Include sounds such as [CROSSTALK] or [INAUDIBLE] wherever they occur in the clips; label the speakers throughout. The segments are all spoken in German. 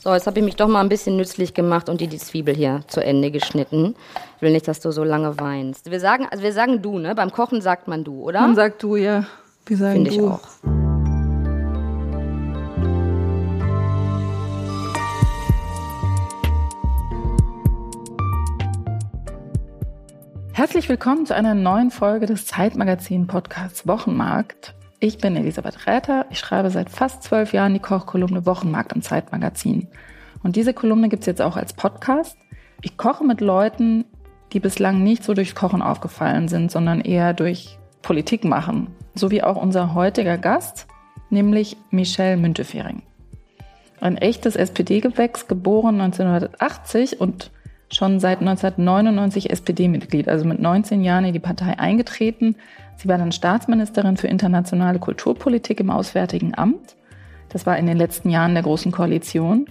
Speaker 1: So, jetzt habe ich mich doch mal ein bisschen nützlich gemacht und dir die Zwiebel hier zu Ende geschnitten. Ich will nicht, dass du so lange weinst. Wir sagen, also wir sagen du, ne? Beim Kochen sagt man du, oder?
Speaker 2: Man
Speaker 3: Hm.
Speaker 2: sagt du, ja. Wir sagen
Speaker 1: Finde ich
Speaker 2: du.
Speaker 1: auch.
Speaker 2: Herzlich willkommen zu einer neuen Folge des Zeitmagazin-Podcasts Wochenmarkt. Ich bin Elisabeth Räther. Ich schreibe seit fast zwölf Jahren die Kochkolumne Wochenmarkt im Zeitmagazin. Und diese Kolumne gibt es jetzt auch als Podcast. Ich koche mit Leuten, die bislang nicht so durchs Kochen aufgefallen sind, sondern eher durch Politik machen. So wie auch unser heutiger Gast, nämlich Michelle Müntefering. Ein echtes SPD-Gewächs, geboren 1980 und schon seit 1999 SPD-Mitglied, also mit 19 Jahren in die Partei eingetreten. Sie war dann Staatsministerin für internationale Kulturpolitik im Auswärtigen Amt. Das war in den letzten Jahren der Großen Koalition.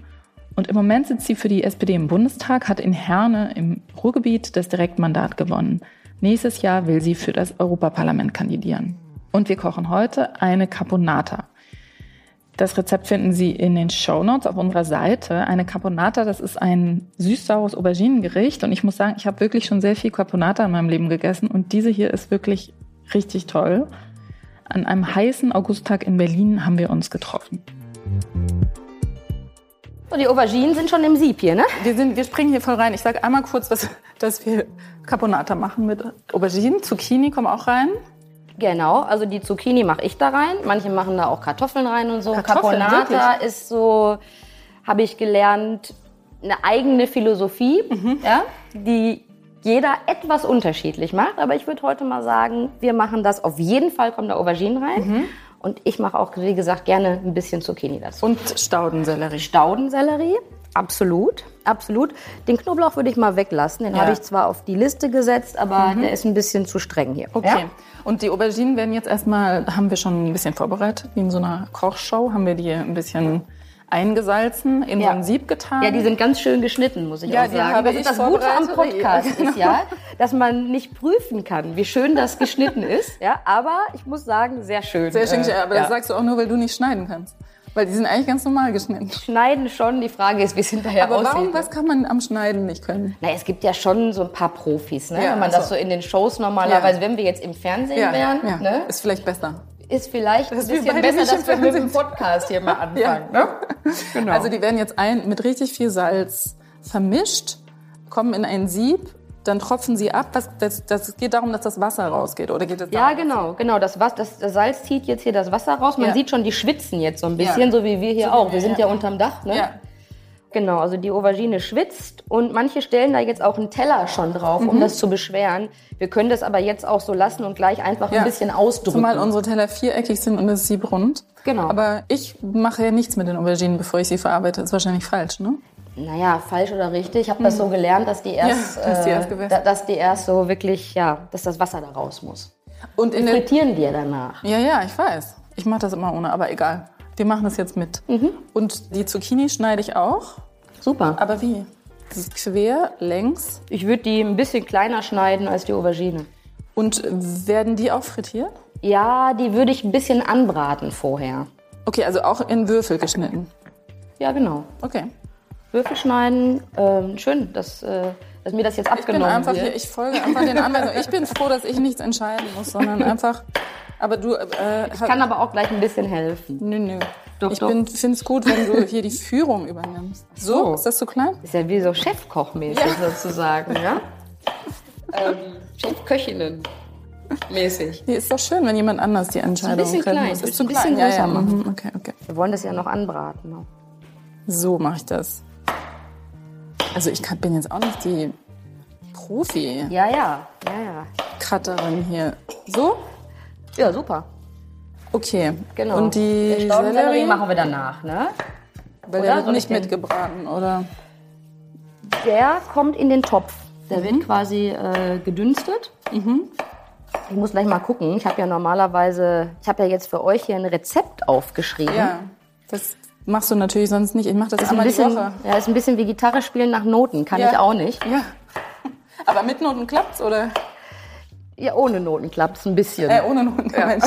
Speaker 2: Und im Moment sitzt sie für die SPD im Bundestag, hat in Herne im Ruhrgebiet das Direktmandat gewonnen. Nächstes Jahr will sie für das Europaparlament kandidieren. Und wir kochen heute eine Caponata. Das Rezept finden Sie in den Shownotes auf unserer Seite. Eine Caponata, das ist ein süß-saures Auberginengericht. Und ich muss sagen, ich habe wirklich schon sehr viel Caponata in meinem Leben gegessen. Und diese hier ist wirklich richtig toll. An einem heißen Augusttag in Berlin haben wir uns getroffen.
Speaker 1: So, die Auberginen sind schon im Sieb hier, ne?
Speaker 2: Wir, sind, wir springen hier voll rein. Ich sage einmal kurz, dass, dass wir Caponata machen mit Auberginen. Zucchini kommen auch rein.
Speaker 1: Genau, also die Zucchini mache ich da rein. Manche machen da auch Kartoffeln rein und so.
Speaker 2: Kartoffeln,
Speaker 1: Caponata ist so, habe ich gelernt, eine eigene Philosophie,
Speaker 2: Mhm.
Speaker 1: ja, die jeder etwas unterschiedlich macht. Aber ich würde heute mal sagen, wir machen das. Auf jeden Fall kommen da Auberginen rein.
Speaker 2: Mhm.
Speaker 1: Und ich mache auch, wie gesagt, gerne ein bisschen Zucchini dazu.
Speaker 2: Und Staudensellerie.
Speaker 1: Staudensellerie, absolut, absolut. Den Knoblauch würde ich mal weglassen. Den
Speaker 2: Ja. Mhm.
Speaker 1: habe ich zwar auf die Liste gesetzt, aber der ist ein bisschen zu streng hier.
Speaker 2: Okay.
Speaker 1: Ja?
Speaker 2: Und die Auberginen werden jetzt erstmal, haben wir schon ein bisschen vorbereitet, wie in so einer Kochshow, haben wir die ein bisschen eingesalzen, in
Speaker 1: Ja.
Speaker 2: so ein Sieb getan.
Speaker 1: Ja, die sind ganz schön geschnitten, muss ich
Speaker 2: Ja,
Speaker 1: auch
Speaker 2: die
Speaker 1: sagen.
Speaker 2: habe
Speaker 1: also
Speaker 2: ich
Speaker 1: das Gute am
Speaker 2: vorbereitet.
Speaker 1: Podcast ist ja, dass man nicht prüfen kann, wie schön das geschnitten ist. Ja, aber ich muss sagen, sehr schön.
Speaker 2: sehr schön, aber
Speaker 1: äh, ja.
Speaker 2: das sagst du auch nur, weil du nicht schneiden kannst. Weil die sind eigentlich ganz normal geschnitten.
Speaker 1: Schneiden schon. Die Frage ist, wie es hinterher
Speaker 2: Aber
Speaker 1: aussieht.
Speaker 2: warum, was kann man am Schneiden nicht können?
Speaker 1: Na, es gibt ja schon so ein paar Profis, ne?
Speaker 2: Ja,
Speaker 1: wenn man
Speaker 2: ach
Speaker 1: das
Speaker 2: so.
Speaker 1: so in den Shows normalerweise,
Speaker 2: Ja.
Speaker 1: wenn wir jetzt im Fernsehen wären,
Speaker 2: ja.
Speaker 1: Ne?
Speaker 2: ist vielleicht besser.
Speaker 1: ist vielleicht ein
Speaker 2: Dass wir
Speaker 1: bisschen
Speaker 2: beide
Speaker 1: besser,
Speaker 2: nicht im
Speaker 1: dass wir mit dem
Speaker 2: Fernsehen sind.
Speaker 1: Podcast hier mal
Speaker 2: [LAUGHS]
Speaker 1: anfangen. Ne? [LAUGHS] Genau.
Speaker 2: Also die werden jetzt ein, mit richtig viel Salz vermischt, kommen in ein Sieb, dann tropfen sie ab. Was, das, das geht darum, dass das Wasser rausgeht, oder geht es
Speaker 1: ja, genau, genau. Das, Was- das, das Salz zieht jetzt hier das Wasser raus. Man
Speaker 2: Ja.
Speaker 1: sieht schon, die schwitzen jetzt so ein bisschen, so wie wir hier auch. Wir sind ja unterm Dach, ne?
Speaker 2: Ja.
Speaker 1: Genau, also die Aubergine schwitzt und manche stellen da jetzt auch einen Teller schon drauf,
Speaker 2: Mhm.
Speaker 1: um das zu beschweren. Wir können das aber jetzt auch so lassen und gleich einfach
Speaker 2: Ja.
Speaker 1: ein bisschen ausdrücken.
Speaker 2: Zumal unsere Teller viereckig sind und das Sieb rund.
Speaker 1: ne? Genau.
Speaker 2: Aber ich mache ja nichts mit den Auberginen, bevor ich sie verarbeite. Ist wahrscheinlich falsch, ne?
Speaker 1: naja, falsch oder richtig, ich habe das so gelernt, dass die erst,
Speaker 2: Mhm. Ja, dass die
Speaker 1: äh,
Speaker 2: erst gewässert-
Speaker 1: da- dass die erst so wirklich, ja, dass das Wasser da raus muss.
Speaker 2: Und in der
Speaker 1: Frittieren wir danach.
Speaker 2: Ja, ja, ich weiß. Ich mache das immer ohne, aber egal. Wir machen das jetzt mit.
Speaker 1: Mhm.
Speaker 2: Und die Zucchini schneide ich auch.
Speaker 1: Super.
Speaker 2: Aber wie? Das ist quer, längs.
Speaker 1: Ich würde die ein bisschen kleiner schneiden als die Aubergine.
Speaker 2: Und werden die auch frittiert?
Speaker 1: Ja, die würde ich ein bisschen anbraten vorher.
Speaker 2: Okay, also auch in Würfel geschnitten.
Speaker 1: Ja, genau.
Speaker 2: Okay.
Speaker 1: Würfel schneiden. Ähm, schön, dass, äh, dass mir das jetzt
Speaker 2: Ich bin
Speaker 1: abgenommen
Speaker 2: einfach
Speaker 1: wird.
Speaker 2: hier, ich folge einfach den Anweisungen. Ich bin froh, dass ich nichts entscheiden
Speaker 1: [LAUGHS]
Speaker 2: muss, sondern einfach. Aber du. Äh, ich
Speaker 1: Kann aber auch gleich ein bisschen helfen.
Speaker 2: Nö, nö.
Speaker 1: Doch,
Speaker 2: ich
Speaker 1: doch.
Speaker 2: bin find's gut, wenn du hier die Führung übernimmst. So,
Speaker 1: so.
Speaker 2: ist das zu klein?
Speaker 1: Ist ja wie so Chefkochmäßig sozusagen, ja? [LAUGHS] ähm, Chefköchinnen. Mäßig.
Speaker 2: Nee, ist doch schön, wenn jemand anders die Entscheidung
Speaker 1: bisschen
Speaker 2: treffen
Speaker 1: klein.
Speaker 2: muss.
Speaker 1: Willst
Speaker 2: Ist zu
Speaker 1: du ein bisschen
Speaker 2: klein. Ja, ja.
Speaker 1: größer machen?
Speaker 2: mhm, Okay, okay.
Speaker 1: Wir wollen das ja noch anbraten. ne?
Speaker 2: So mache ich das. Also ich kann, bin jetzt auch nicht die Profi-Cutterin
Speaker 1: Ja, ja, ja, ja.
Speaker 2: hier. So?
Speaker 1: Ja, super.
Speaker 2: Okay.
Speaker 1: Genau.
Speaker 2: Und die
Speaker 1: Den Staudensellerie
Speaker 2: Sellerie,
Speaker 1: machen wir danach, ne?
Speaker 2: weil der
Speaker 1: oder?
Speaker 2: wird
Speaker 1: Soll
Speaker 2: nicht
Speaker 1: ich den-
Speaker 2: mitgebraten, oder?
Speaker 1: Der kommt in den Topf. Der
Speaker 2: Mhm.
Speaker 1: wird quasi äh, gedünstet. Ich muss gleich mal gucken. Ich habe ja normalerweise, ich habe ja jetzt für euch hier ein Rezept aufgeschrieben.
Speaker 2: Ja. Das machst du natürlich sonst nicht. Ich mache das
Speaker 1: Ein
Speaker 2: einmal
Speaker 1: bisschen,
Speaker 2: die Woche.
Speaker 1: ja, ist ein bisschen wie Gitarre spielen nach Noten. Kann
Speaker 2: Ja.
Speaker 1: ich auch nicht.
Speaker 2: Ja. [LAUGHS] Aber mit Noten klappt's, oder?
Speaker 1: Ähm. Ja, ohne Noten klappt es ein bisschen. [LAUGHS]
Speaker 2: Äh, ohne Noten. Ja. Mensch.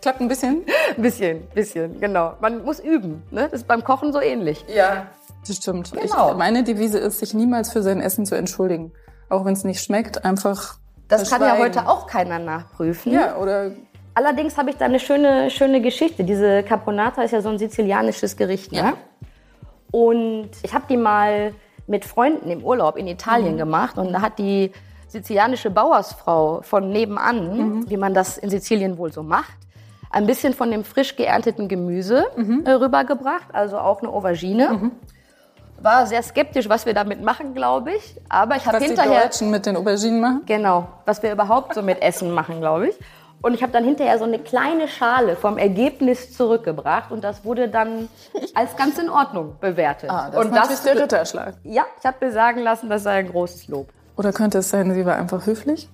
Speaker 2: klappt ein bisschen?
Speaker 1: Ein bisschen, bisschen, genau. Man muss üben. Ne? Das ist beim Kochen so ähnlich.
Speaker 2: Ja. Das stimmt.
Speaker 1: Genau.
Speaker 2: Ich, meine Devise ist, sich niemals für sein Essen zu entschuldigen. Auch wenn es nicht schmeckt, einfach.
Speaker 1: Das kann ja
Speaker 2: verschweigen.
Speaker 1: heute auch keiner nachprüfen.
Speaker 2: Ja, oder
Speaker 1: Allerdings habe ich da eine schöne, schöne Geschichte. Diese Caponata ist ja so ein sizilianisches Gericht, ne? Und ich habe die mal mit Freunden im Urlaub in Italien gemacht und da hat die sizilianische Bauersfrau von nebenan, wie man das in Sizilien wohl so macht, ein bisschen von dem frisch geernteten Gemüse äh, rübergebracht, also auch eine Aubergine. War sehr skeptisch, was wir damit machen, glaube ich. Aber ich habe
Speaker 2: was die
Speaker 1: hinterher
Speaker 2: Deutschen mit den Auberginen machen.
Speaker 1: Genau, was wir überhaupt so mit Essen machen, glaube ich. Und ich habe dann hinterher so eine kleine Schale vom Ergebnis zurückgebracht und das wurde dann als ganz in Ordnung bewertet.
Speaker 2: Ah, das
Speaker 1: und
Speaker 2: ist natürlich der Ritterschlag.
Speaker 1: ja, ich habe mir sagen lassen, das sei ein großes Lob.
Speaker 2: Oder könnte es sein, sie war einfach höflich?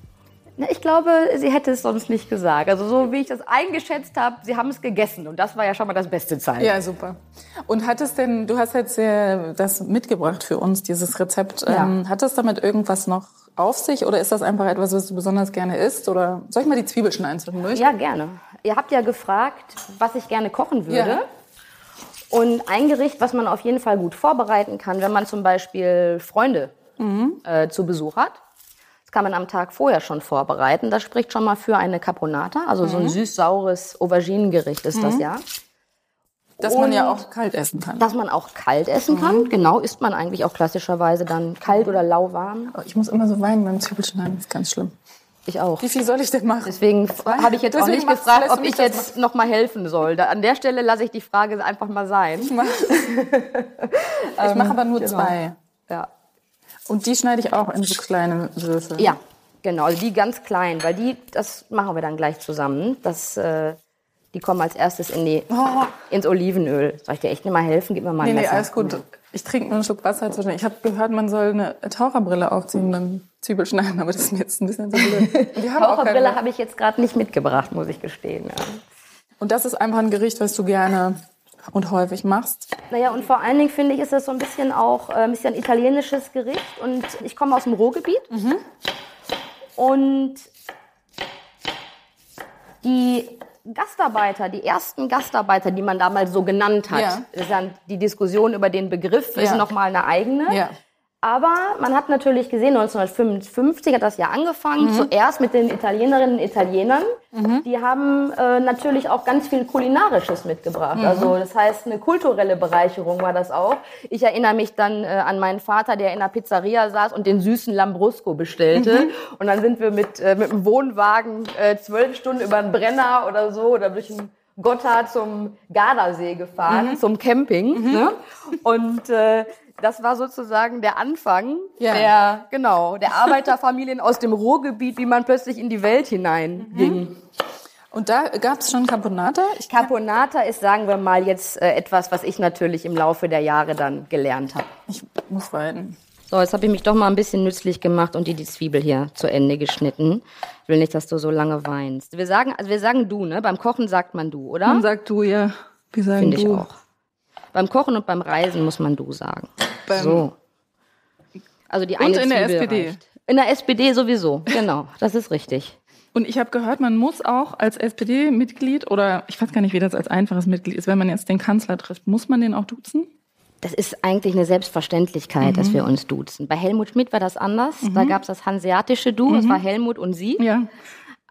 Speaker 1: Na, Ich glaube, sie hätte es sonst nicht gesagt. Also so wie ich das eingeschätzt habe, sie haben es gegessen und das war ja schon mal das beste Zeichen.
Speaker 2: Ja, super. Und hat es denn, du hast jetzt äh, das mitgebracht für uns, dieses Rezept.
Speaker 1: Ja.
Speaker 2: Ähm, hat das damit irgendwas noch auf sich oder ist das einfach etwas, was du besonders gerne isst? Oder soll ich mal die Zwiebel schneiden zwischendurch?
Speaker 1: Ja, gerne. Ihr habt ja gefragt, was ich gerne kochen würde.
Speaker 2: Ja.
Speaker 1: Und ein Gericht, was man auf jeden Fall gut vorbereiten kann, wenn man zum Beispiel Freunde
Speaker 2: Mhm.
Speaker 1: äh, zu Besuch hat. Das kann man am Tag vorher schon vorbereiten. Das spricht schon mal für eine Caponata, also so ein
Speaker 2: Mhm.
Speaker 1: süß-saures Auberginengericht ist das ja.
Speaker 2: Dass man ja
Speaker 1: Und-
Speaker 2: auch kalt essen kann.
Speaker 1: Dass man auch kalt essen
Speaker 2: Mhm.
Speaker 1: kann. Genau, isst man eigentlich auch klassischerweise dann kalt oder lauwarm.
Speaker 2: Oh, Ich muss immer so weinen beim Zwiebelschneiden, das ist ganz schlimm.
Speaker 1: Ich auch.
Speaker 2: Wie viel soll ich denn machen?
Speaker 1: Deswegen f- habe ich jetzt auch
Speaker 2: Deswegen
Speaker 1: nicht
Speaker 2: machst-
Speaker 1: gefragt,
Speaker 2: lässt du
Speaker 1: ob
Speaker 2: mich
Speaker 1: ich
Speaker 2: das
Speaker 1: jetzt noch mal helfen soll. Da, an der Stelle lasse ich die Frage einfach mal sein.
Speaker 2: Ich mache aber nur zwei.
Speaker 1: Ja.
Speaker 2: ähm, genau. Und die schneide ich auch in so kleine Würfel.
Speaker 1: ja, genau. Also die ganz klein, weil die, das machen wir dann gleich zusammen. Das, äh, die kommen als erstes in die,
Speaker 2: Oh.
Speaker 1: ins Olivenöl. Soll ich dir echt nicht mal helfen? Gib mir mal ein
Speaker 2: Nee, also nee,
Speaker 1: Messer.
Speaker 2: alles gut. Ich trinke nur einen Schluck Wasser zwischendurch. Ich habe gehört, man soll eine Taucherbrille aufziehen beim Zwiebelschneiden, aber das ist mir jetzt ein bisschen so blöd. Und wir haben auch
Speaker 1: Taucherbrille
Speaker 2: keine-
Speaker 1: habe ich jetzt gerade nicht mitgebracht, muss ich gestehen. Ja.
Speaker 2: Und das ist einfach ein Gericht, was du gerne und häufig machst.
Speaker 1: Naja, und vor allen Dingen finde ich, ist das so ein bisschen auch äh, ein bisschen italienisches Gericht. Und ich komme aus dem Ruhrgebiet. Und die Gastarbeiter, die ersten Gastarbeiter, die man damals so genannt hat,
Speaker 2: Ja.
Speaker 1: das ist dann die Diskussion über den Begriff ist
Speaker 2: Ja.
Speaker 1: nochmal eine eigene.
Speaker 2: Ja.
Speaker 1: Aber man hat natürlich gesehen, 1955 hat das ja angefangen, zuerst mit den Italienerinnen und Italienern. Die haben äh, natürlich auch ganz viel Kulinarisches mitgebracht. Also das heißt, eine kulturelle Bereicherung war das auch. Ich erinnere mich dann äh, an meinen Vater, der in einer Pizzeria saß und den süßen Lambrusco bestellte. Und dann sind wir mit, äh, mit dem Wohnwagen äh, zwölf Stunden über den Brenner oder so oder durch den Gotthard zum Gardasee gefahren, zum Camping. Ne? Und äh, das war sozusagen der Anfang
Speaker 2: Ja.
Speaker 1: der, genau, der Arbeiterfamilien aus dem Ruhrgebiet, wie man plötzlich in die Welt hineinging.
Speaker 2: Und da gab es schon Carbonate. Ich
Speaker 1: Caponata ist, sagen wir mal, jetzt äh, etwas, was ich natürlich im Laufe der Jahre dann gelernt habe.
Speaker 2: Ich muss weinen.
Speaker 1: So, jetzt habe ich mich doch mal ein bisschen nützlich gemacht und dir die Zwiebel hier zu Ende geschnitten. Ich will nicht, dass du so lange weinst. Wir sagen, also wir sagen du, ne? Beim Kochen sagt man du, oder?
Speaker 2: Dann sag du ja. Wir sagen
Speaker 1: Finde ich
Speaker 2: du.
Speaker 1: auch. Beim Kochen und beim Reisen muss man du sagen.
Speaker 2: Beim-
Speaker 1: so. Also die eine
Speaker 2: in der
Speaker 1: Zwiebel
Speaker 2: SPD.
Speaker 1: Reicht. In der SPD sowieso, genau. Das ist richtig.
Speaker 2: Und ich habe gehört, man muss auch als SPD-Mitglied oder ich weiß gar nicht, wie das als einfaches Mitglied ist, wenn man jetzt den Kanzler trifft, muss man den auch duzen?
Speaker 1: Das ist eigentlich eine Selbstverständlichkeit,
Speaker 2: Mhm.
Speaker 1: dass wir uns duzen. Bei Helmut Schmidt war das anders. Da gab es das hanseatische Du, das war Helmut und Sie.
Speaker 2: Mhm. Ja.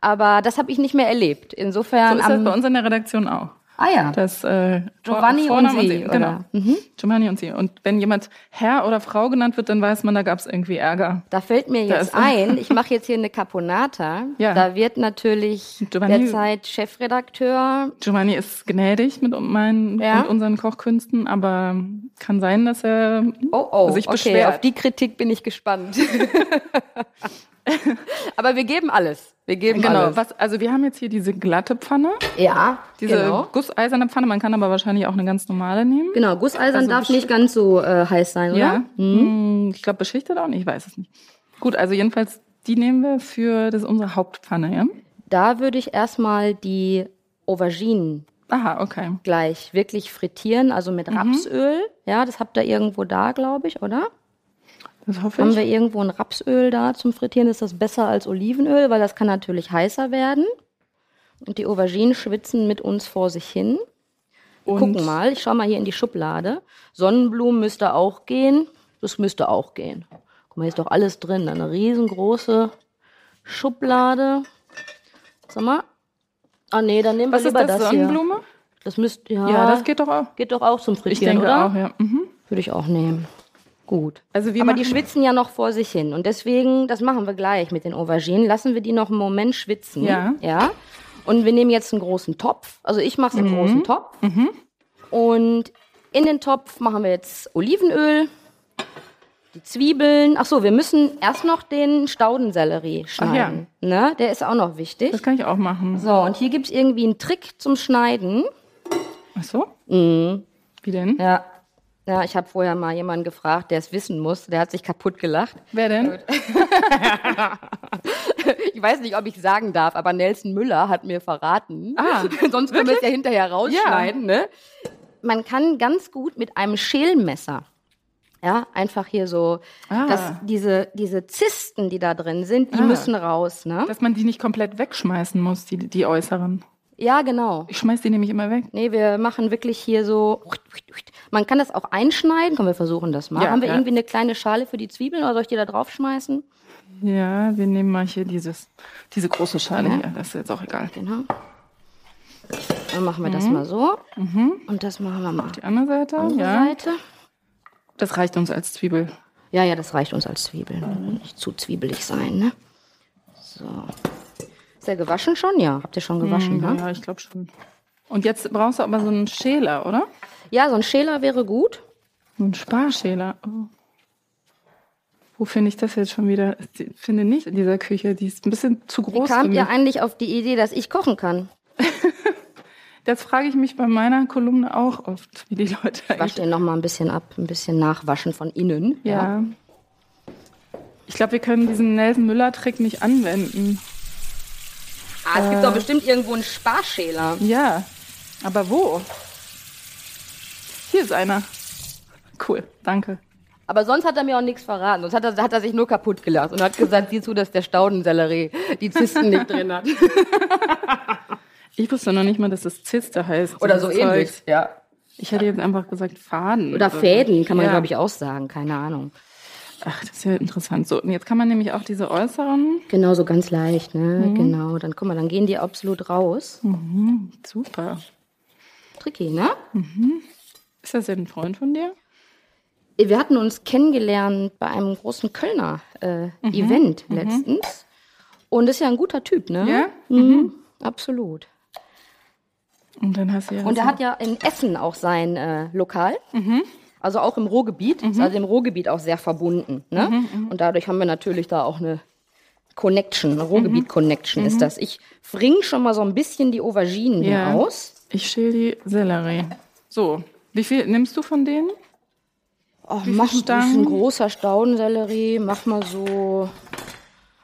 Speaker 1: Aber das habe ich nicht mehr erlebt.
Speaker 2: So
Speaker 1: Insofern
Speaker 2: ist das
Speaker 1: am,
Speaker 2: bei uns in der Redaktion auch.
Speaker 1: Ah ja.
Speaker 2: Das, äh,
Speaker 1: Giovanni
Speaker 2: Vor- Vornamen
Speaker 1: und sie,
Speaker 2: Genau.
Speaker 1: oder? Mhm.
Speaker 2: Giovanni und sie. Und wenn jemand Herr oder Frau genannt wird, dann weiß man, da gab es irgendwie Ärger.
Speaker 1: da fällt mir
Speaker 2: Da
Speaker 1: jetzt
Speaker 2: ist-
Speaker 1: ein, ich mache jetzt hier eine Caponata.
Speaker 2: Ja.
Speaker 1: Da wird natürlich
Speaker 2: Giovanni-
Speaker 1: derzeit Chefredakteur
Speaker 2: Giovanni ist gnädig mit meinen
Speaker 1: Ja.
Speaker 2: und unseren Kochkünsten, aber kann sein, dass er
Speaker 1: Oh, oh,
Speaker 2: sich
Speaker 1: okay,
Speaker 2: beschwert.
Speaker 1: auf die Kritik bin ich gespannt. [LAUGHS] Aber wir geben alles. Wir geben
Speaker 2: genau.
Speaker 1: alles.
Speaker 2: Was, also wir haben jetzt hier diese glatte Pfanne,
Speaker 1: Ja,
Speaker 2: diese
Speaker 1: genau.
Speaker 2: gusseiserne Pfanne. Man kann aber wahrscheinlich auch eine ganz normale nehmen.
Speaker 1: Genau, Gusseisern
Speaker 2: Also
Speaker 1: darf
Speaker 2: besch-
Speaker 1: nicht ganz so äh, heiß sein, oder?
Speaker 2: Ja. Hm, Ich glaube beschichtet auch nicht. Ich weiß es nicht. Gut, also jedenfalls die nehmen wir für das ist unsere Hauptpfanne. Ja?
Speaker 1: Da würde ich erstmal die Auberginen
Speaker 2: Aha, okay.
Speaker 1: gleich wirklich frittieren, also mit Rapsöl. Ja, das habt ihr irgendwo da, glaube ich, oder?
Speaker 2: Das hoffe
Speaker 1: Haben
Speaker 2: ich.
Speaker 1: wir irgendwo ein Rapsöl da zum Frittieren? Ist das besser als Olivenöl, weil das kann natürlich heißer werden. Und die Auberginen schwitzen mit uns vor sich hin. Wir
Speaker 2: Und-
Speaker 1: gucken mal, ich schau mal hier in die Schublade. Sonnenblumen müsste auch gehen. Das müsste auch gehen. Guck mal, hier ist doch alles drin. Eine riesengroße Schublade. Sag mal. Ah nee, dann nehmen wir
Speaker 2: Was ist
Speaker 1: lieber
Speaker 2: das,
Speaker 1: das hier.
Speaker 2: Sonnenblume?
Speaker 1: Das müsste ja,
Speaker 2: Ja, das geht doch auch.
Speaker 1: geht doch auch zum
Speaker 2: Ich
Speaker 1: Frittieren,
Speaker 2: denke
Speaker 1: oder?
Speaker 2: auch, ja. Mhm.
Speaker 1: Würde ich auch nehmen. Gut.
Speaker 2: Also wir
Speaker 1: Aber die
Speaker 2: machen-
Speaker 1: schwitzen ja noch vor sich hin. Und deswegen, das machen wir gleich mit den Auberginen. Lassen wir die noch einen Moment schwitzen.
Speaker 2: Ja.
Speaker 1: ja? Und wir nehmen jetzt einen großen Topf. Also ich mache es
Speaker 2: Mhm.
Speaker 1: einen großen Topf. Und in den Topf machen wir jetzt Olivenöl, die Zwiebeln. Ach so, wir müssen erst noch den Staudensellerie schneiden. ne? Der ist auch noch wichtig.
Speaker 2: Das kann ich auch machen.
Speaker 1: So, und hier gibt es irgendwie einen Trick zum Schneiden.
Speaker 2: Ach so? Mhm. Wie denn?
Speaker 1: Ja. Ja, ich habe vorher mal jemanden gefragt, der es wissen muss. Der hat sich kaputt gelacht.
Speaker 2: Wer denn?
Speaker 1: Ich weiß nicht, ob ich sagen darf, aber Nelson Müller hat mir verraten.
Speaker 2: Ah,
Speaker 1: [LAUGHS] Sonst können wir es ja hinterher rausschneiden. Ne? Man kann ganz gut mit einem Schälmesser, ja, einfach hier so,
Speaker 2: Ah.
Speaker 1: dass diese, diese Zysten, die da drin sind, die
Speaker 2: Ah.
Speaker 1: müssen raus. Ne?
Speaker 2: Dass man die nicht komplett wegschmeißen muss, die, die äußeren.
Speaker 1: Ja, genau.
Speaker 2: Ich schmeiß die nämlich immer weg.
Speaker 1: Nee, wir machen wirklich hier so. Man kann das auch einschneiden. Komm, wir versuchen das mal.
Speaker 2: Ja,
Speaker 1: Haben wir
Speaker 2: ja.
Speaker 1: irgendwie eine kleine Schale für die Zwiebeln oder soll ich die da draufschmeißen?
Speaker 2: Ja, wir nehmen mal hier dieses, diese große Schale hier. Das ist jetzt auch egal.
Speaker 1: Genau. Dann machen wir das mal so. Und das machen wir mal auf die
Speaker 2: Die andere Seite,
Speaker 1: andere
Speaker 2: ja.
Speaker 1: Seite.
Speaker 2: Das reicht uns als Zwiebel.
Speaker 1: Ja, ja, das reicht uns als Zwiebeln. Nicht zu zwiebelig sein, ne? So. Ist der gewaschen schon? Ja. Habt ihr schon gewaschen,
Speaker 2: Hm, Ja,
Speaker 1: ne?
Speaker 2: ich glaube schon. Und jetzt brauchst du aber so einen Schäler, oder?
Speaker 1: Ja, so ein Schäler wäre gut.
Speaker 2: So einen Sparschäler. Oh. Wo finde ich das jetzt schon wieder? Ich finde nicht in dieser Küche. Die ist ein bisschen zu
Speaker 1: Wie
Speaker 2: groß. für
Speaker 1: kamt
Speaker 2: mich.
Speaker 1: ihr eigentlich auf die Idee, dass ich kochen kann?
Speaker 2: Das frage ich mich bei meiner Kolumne auch oft, wie die Leute
Speaker 1: Wasch
Speaker 2: eigentlich.
Speaker 1: den noch mal ein bisschen ab, ein bisschen nachwaschen von innen.
Speaker 2: Ja. Ich glaube, wir können diesen Nelson Müller-Trick nicht anwenden.
Speaker 1: Ah, es gibt doch bestimmt irgendwo einen Sparschäler.
Speaker 2: Ja. Aber wo? Hier ist einer. Cool, danke.
Speaker 1: Aber sonst hat er mir auch nichts verraten. Sonst hat er, hat er sich nur kaputt gelacht und hat gesagt, sieh zu, dass der Staudensellerie die Zysten nicht drin
Speaker 2: [LAUGHS]
Speaker 1: hat.
Speaker 2: Ich wusste noch nicht mal, dass das Ziste heißt.
Speaker 1: Oder so
Speaker 2: dieses
Speaker 1: ähnlich.
Speaker 2: Zeug.
Speaker 1: Ja.
Speaker 2: Ich hätte jetzt einfach gesagt Faden.
Speaker 1: Oder Fäden kann man,
Speaker 2: ja.
Speaker 1: glaube ich, auch sagen. Keine Ahnung.
Speaker 2: Ach, das ist ja interessant. So, und jetzt kann man nämlich auch diese äußeren.
Speaker 1: Genau, so ganz leicht, ne? Genau. Dann guck mal, dann gehen die absolut raus.
Speaker 2: Mhm, super.
Speaker 1: Tricky, ne?
Speaker 2: Ist das denn ein Freund von dir?
Speaker 1: Wir hatten uns kennengelernt bei einem großen Kölner äh,
Speaker 2: Mhm.
Speaker 1: Event letztens. Und ist ja ein guter Typ, ne?
Speaker 2: Ja?
Speaker 1: Mhm. Absolut.
Speaker 2: Und dann hast du ja.
Speaker 1: Und er hat ja in Essen auch sein äh, Lokal.
Speaker 2: Mhm.
Speaker 1: Also auch im Ruhrgebiet. Ist also im Ruhrgebiet auch sehr verbunden. Ne?
Speaker 2: Mhm,
Speaker 1: Und dadurch haben wir natürlich da auch eine Connection,
Speaker 2: Mhm.
Speaker 1: eine Ruhrgebiet-Connection ist das. Ich fring schon mal so ein bisschen die Auberginen hier
Speaker 2: Ja.
Speaker 1: aus.
Speaker 2: Ich schäle die Sellerie. So, wie viel nimmst du von denen?
Speaker 1: Oh,
Speaker 2: viel
Speaker 1: mach ein bisschen
Speaker 2: Stangen?
Speaker 1: großer Staudensellerie, mach mal so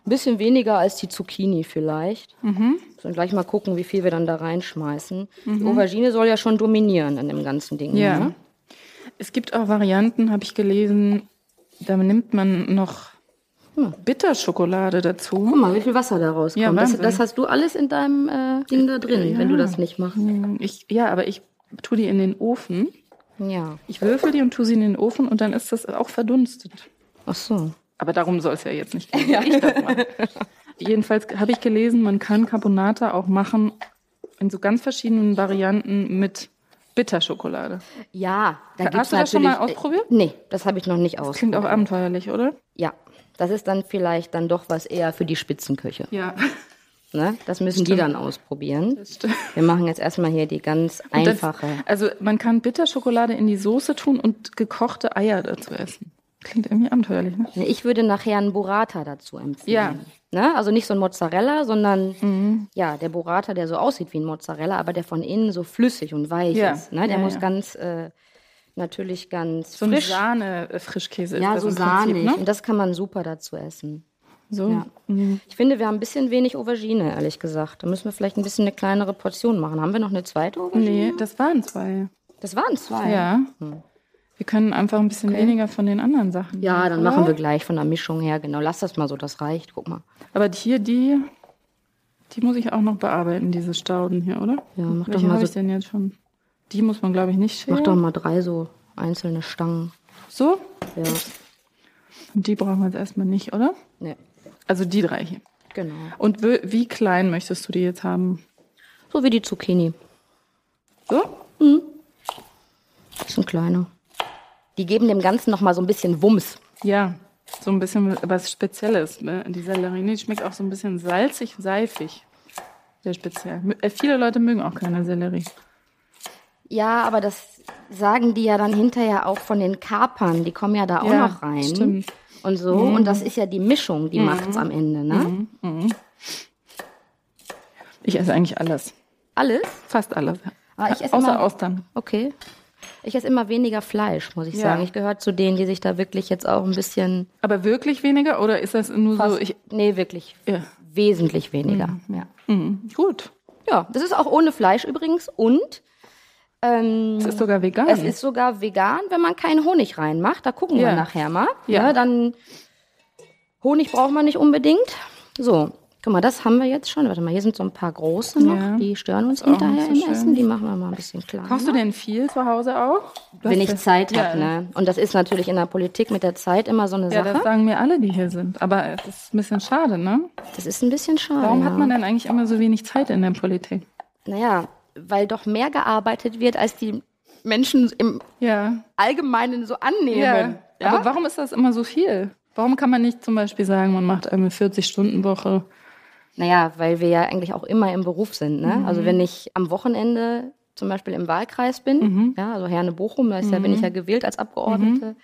Speaker 1: ein bisschen weniger als die Zucchini vielleicht.
Speaker 2: Mhm.
Speaker 1: So, und gleich mal gucken, wie viel wir dann da reinschmeißen. Die Aubergine soll ja schon dominieren an dem ganzen Ding.
Speaker 2: Ja.
Speaker 1: Ne?
Speaker 2: Es gibt auch Varianten, habe ich gelesen, da nimmt man noch Hm. Bitterschokolade dazu.
Speaker 1: Guck mal, wie viel Wasser da rauskommt.
Speaker 2: Ja,
Speaker 1: das,
Speaker 2: Wahnsinn.
Speaker 1: das hast du alles in deinem äh, Ding da drin, wenn du das nicht machst.
Speaker 2: Hm, Ich, ja, aber ich tue die in den Ofen.
Speaker 1: Ja.
Speaker 2: Ich würfel die und tue sie in den Ofen und dann ist das auch verdunstet.
Speaker 1: Ach so.
Speaker 2: Aber darum soll es ja jetzt nicht gehen. Ich das mache. [LAUGHS] Jedenfalls habe ich gelesen, man kann Carbonata auch machen in so ganz verschiedenen Varianten mit Bitterschokolade.
Speaker 1: Ja, da
Speaker 2: Hast
Speaker 1: gibt's
Speaker 2: du das schon
Speaker 1: natürlich-
Speaker 2: mal ausprobiert?
Speaker 1: Nee, das habe ich noch nicht aus.
Speaker 2: Klingt auch abenteuerlich, oder?
Speaker 1: Ja. Das ist dann vielleicht dann doch was eher für die Spitzenköche.
Speaker 2: Ja.
Speaker 1: Ne? Das müssen die dann ausprobieren.
Speaker 2: Das stimmt.
Speaker 1: Wir machen jetzt erstmal hier die ganz
Speaker 2: Und das-
Speaker 1: einfache.
Speaker 2: Also man kann Bitterschokolade in die Soße tun und gekochte Eier dazu essen. Klingt irgendwie abenteuerlich, ne?
Speaker 1: Ich würde nachher einen Burrata dazu empfehlen.
Speaker 2: Ja. Mhm.
Speaker 1: Ne? Also nicht so ein Mozzarella, sondern ja, der Burrata, der so aussieht wie ein Mozzarella, aber der von innen so flüssig und weich
Speaker 2: Ja.
Speaker 1: ist. Ne? Der
Speaker 2: Ja,
Speaker 1: muss
Speaker 2: ja.
Speaker 1: ganz, äh, natürlich ganz
Speaker 2: So ein
Speaker 1: frisch.
Speaker 2: Sahne-Frischkäse.
Speaker 1: ja,
Speaker 2: ist das
Speaker 1: so
Speaker 2: im Prinzip,
Speaker 1: sahnig. Und
Speaker 2: Ne? Mhm.
Speaker 1: das kann man super dazu essen.
Speaker 2: So.
Speaker 1: Ja. Ich finde, wir haben ein bisschen wenig Aubergine, ehrlich gesagt. Da müssen wir vielleicht ein bisschen eine kleinere Portion machen. Haben wir noch eine zweite Aubergine?
Speaker 2: Nee, das waren zwei.
Speaker 1: Das waren zwei. Hm.
Speaker 2: Ja. Wir können einfach ein bisschen weniger von den anderen Sachen.
Speaker 1: Ja, dann
Speaker 2: oder?
Speaker 1: machen wir gleich von der Mischung her. Genau, lass das mal so, das reicht. Guck mal.
Speaker 2: Aber hier die Die muss ich auch noch bearbeiten, diese Stauden hier, oder?
Speaker 1: Ja, mach doch
Speaker 2: Welche
Speaker 1: mal
Speaker 2: habe
Speaker 1: so-
Speaker 2: ich denn jetzt schon? Die muss man, glaube ich, nicht schälen.
Speaker 1: Mach doch mal drei so einzelne Stangen.
Speaker 2: So?
Speaker 1: Ja.
Speaker 2: Und die brauchen wir jetzt erstmal nicht, oder?
Speaker 1: Nee.
Speaker 2: Also die drei hier.
Speaker 1: Genau.
Speaker 2: Und wie, wie klein möchtest du die jetzt haben?
Speaker 1: So wie die Zucchini. Mhm.
Speaker 2: So?
Speaker 1: Das sind kleine. Die geben dem Ganzen noch mal so ein bisschen Wumms.
Speaker 2: Ja, so ein bisschen was Spezielles. Ne? Die Sellerie schmeckt auch so ein bisschen salzig, seifig. Sehr speziell. M- äh, Viele Leute mögen auch keine Sellerie.
Speaker 1: Ja, aber das sagen die ja dann hinterher auch von den Kapern. Die kommen ja Mhm. da auch
Speaker 2: Ja,
Speaker 1: noch rein.
Speaker 2: stimmt.
Speaker 1: Und so. Und das ist ja die Mischung, die macht's am Ende, ne?
Speaker 2: Ich esse eigentlich alles.
Speaker 1: Alles?
Speaker 2: Fast alles. ja.
Speaker 1: Aber Ah, ich esse
Speaker 2: Außer
Speaker 1: immer-
Speaker 2: Austern.
Speaker 1: Okay. Ich esse immer weniger Fleisch, muss ich
Speaker 2: Ja.
Speaker 1: sagen. Ich gehöre zu denen, die sich da wirklich jetzt auch ein bisschen.
Speaker 2: Aber wirklich weniger oder ist das nur so?
Speaker 1: Fast-
Speaker 2: Ich,
Speaker 1: nee, wirklich.
Speaker 2: ja.
Speaker 1: Wesentlich weniger. Ja.
Speaker 2: Mhm. Gut.
Speaker 1: ja, das ist auch ohne Fleisch übrigens. Und ähm,
Speaker 2: Es ist sogar vegan.
Speaker 1: es ist sogar vegan, wenn man keinen Honig reinmacht. Da gucken
Speaker 2: Ja.
Speaker 1: wir nachher mal.
Speaker 2: Ja.
Speaker 1: Ja. dann Honig braucht man nicht unbedingt. So, guck mal, das haben wir jetzt schon. Warte mal, hier sind so ein paar große noch.
Speaker 2: Ja.
Speaker 1: Die stören uns
Speaker 2: auch nicht
Speaker 1: hinterher
Speaker 2: so
Speaker 1: im
Speaker 2: schön.
Speaker 1: Essen. Die machen wir mal ein bisschen kleiner.
Speaker 2: Kochst du denn viel zu Hause auch? Du
Speaker 1: wenn
Speaker 2: hast
Speaker 1: ich
Speaker 2: das-
Speaker 1: Zeit
Speaker 2: ja,
Speaker 1: habe. Ne? Und das ist natürlich in der Politik mit der Zeit immer so eine
Speaker 2: Ja, das
Speaker 1: Sache.
Speaker 2: sagen mir alle, die hier sind. Aber es ist ein bisschen schade, ne?
Speaker 1: Das ist ein bisschen schade.
Speaker 2: Warum
Speaker 1: Ah, ja.
Speaker 2: hat man denn eigentlich immer so wenig Zeit in der Politik?
Speaker 1: Naja, weil doch mehr gearbeitet wird, als die Menschen im
Speaker 2: Ja,
Speaker 1: Allgemeinen so annehmen.
Speaker 2: Ja. Aber warum ist das immer so viel? Warum kann man nicht zum Beispiel sagen, man macht eine 40-Stunden-Woche?
Speaker 1: Naja, weil wir ja eigentlich auch immer im Beruf sind. Ne? Also wenn ich am Wochenende zum Beispiel im Wahlkreis bin, ja, also Herne Bochum, da ist ja, bin ich ja gewählt als Abgeordnete,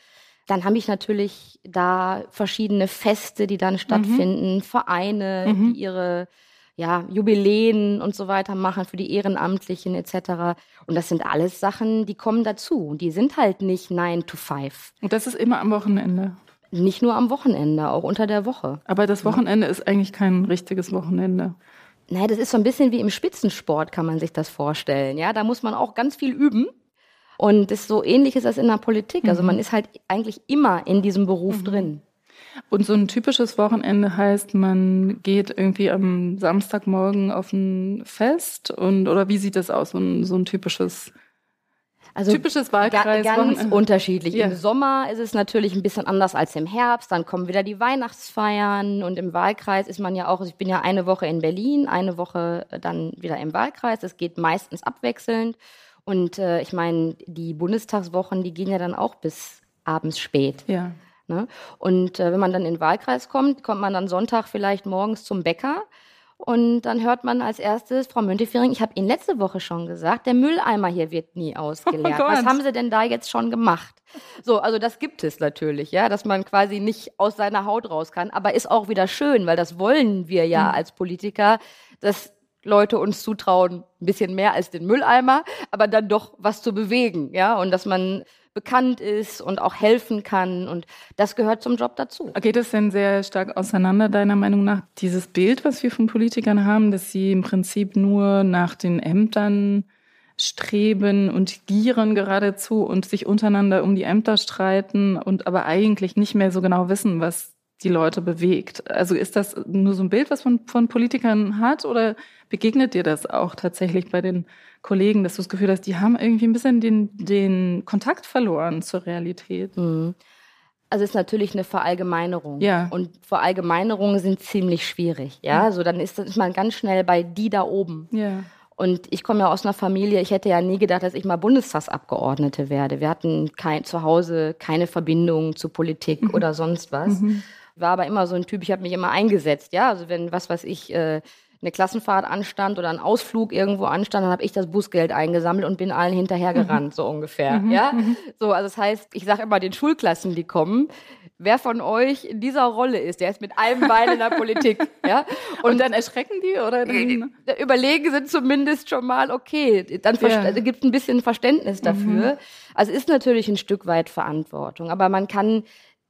Speaker 1: dann habe ich natürlich da verschiedene Feste, die dann stattfinden, Vereine, die ihre ja, Jubiläen und so weiter machen für die Ehrenamtlichen etc. Und das sind alles Sachen, die kommen dazu. Die sind halt nicht 9 to 5.
Speaker 2: Und das ist immer am Wochenende.
Speaker 1: Nicht nur am Wochenende, auch unter der Woche.
Speaker 2: Aber das Wochenende ist eigentlich kein richtiges Wochenende.
Speaker 1: Naja, das ist so ein bisschen wie im Spitzensport, kann man sich das vorstellen. Ja, da muss man auch ganz viel üben. Und das so ähnlich ist das in der Politik.
Speaker 2: Mhm.
Speaker 1: Also man ist halt eigentlich immer in diesem Beruf drin.
Speaker 2: Und so ein typisches Wochenende heißt, man geht irgendwie am Samstagmorgen auf ein Fest und oder wie sieht das aus? So ein, so ein typisches
Speaker 1: Also
Speaker 2: Typisches
Speaker 1: ga
Speaker 2: Wahlkreis-
Speaker 1: ganz
Speaker 2: Wochenende.
Speaker 1: unterschiedlich.
Speaker 2: Ja.
Speaker 1: Im Sommer ist es natürlich ein bisschen anders als im Herbst. Dann kommen wieder die Weihnachtsfeiern und im Wahlkreis ist man ja auch. also Ich bin ja eine Woche in Berlin, eine Woche dann wieder im Wahlkreis. Es geht meistens abwechselnd. Und äh, ich meine, die Bundestagswochen, die gehen ja dann auch bis abends spät.
Speaker 2: ja.
Speaker 1: Ne? Und äh, wenn man dann in den Wahlkreis kommt, kommt man dann Sonntag vielleicht morgens zum Bäcker und dann hört man als erstes, Frau Müntefering, ich habe Ihnen letzte Woche schon gesagt, der Mülleimer hier wird nie ausgeleert.
Speaker 2: [LAUGHS] Oh Gott.
Speaker 1: Was haben Sie denn da jetzt schon gemacht? So, also das gibt es natürlich, ja, dass man quasi nicht aus seiner Haut raus kann, aber ist auch wieder schön, weil das wollen wir ja als Politiker, dass Leute uns zutrauen, ein bisschen mehr als den Mülleimer, aber dann doch was zu bewegen, ja, und dass man bekannt ist und auch helfen kann und das gehört zum Job dazu.
Speaker 2: Geht es denn sehr stark auseinander, deiner Meinung nach? Dieses Bild, was wir von Politikern haben, dass sie im Prinzip nur nach den Ämtern streben und gieren geradezu und sich untereinander um die Ämter streiten und aber eigentlich nicht mehr so genau wissen, was die Leute bewegt. Also ist das nur so ein Bild, was man von Politikern hat oder begegnet dir das auch tatsächlich bei den Kollegen, dass du das Gefühl hast, die haben irgendwie ein bisschen den, den Kontakt verloren zur Realität?
Speaker 1: Also es ist natürlich eine Verallgemeinerung.
Speaker 2: Ja.
Speaker 1: Und Verallgemeinerungen sind ziemlich schwierig, ja. So dann ist, ist man ganz schnell bei die da oben.
Speaker 2: Ja.
Speaker 1: Und ich komme ja aus einer Familie, ich hätte ja nie gedacht, dass ich mal Bundestagsabgeordnete werde. Wir hatten kein, zu Hause keine Verbindung zu Politik oder sonst was. War aber immer so ein Typ, ich habe mich immer eingesetzt. Ja, also wenn, was weiß ich, äh, eine Klassenfahrt anstand oder ein Ausflug irgendwo anstand, dann habe ich das Bußgeld eingesammelt und bin allen
Speaker 2: Mhm.
Speaker 1: hinterhergerannt, so ungefähr. Ja, so, also das heißt, ich sage immer den Schulklassen, die kommen, wer von euch in dieser Rolle ist, der ist mit einem Bein in der
Speaker 2: [LAUGHS]
Speaker 1: Politik. Ja,
Speaker 2: Und dann erschrecken die oder dann?
Speaker 1: da überlegen sind zumindest schon mal, okay, dann verst-
Speaker 2: Ja. Mhm.
Speaker 1: also gibt ein bisschen Verständnis dafür. Also ist natürlich ein Stück weit Verantwortung, aber man kann,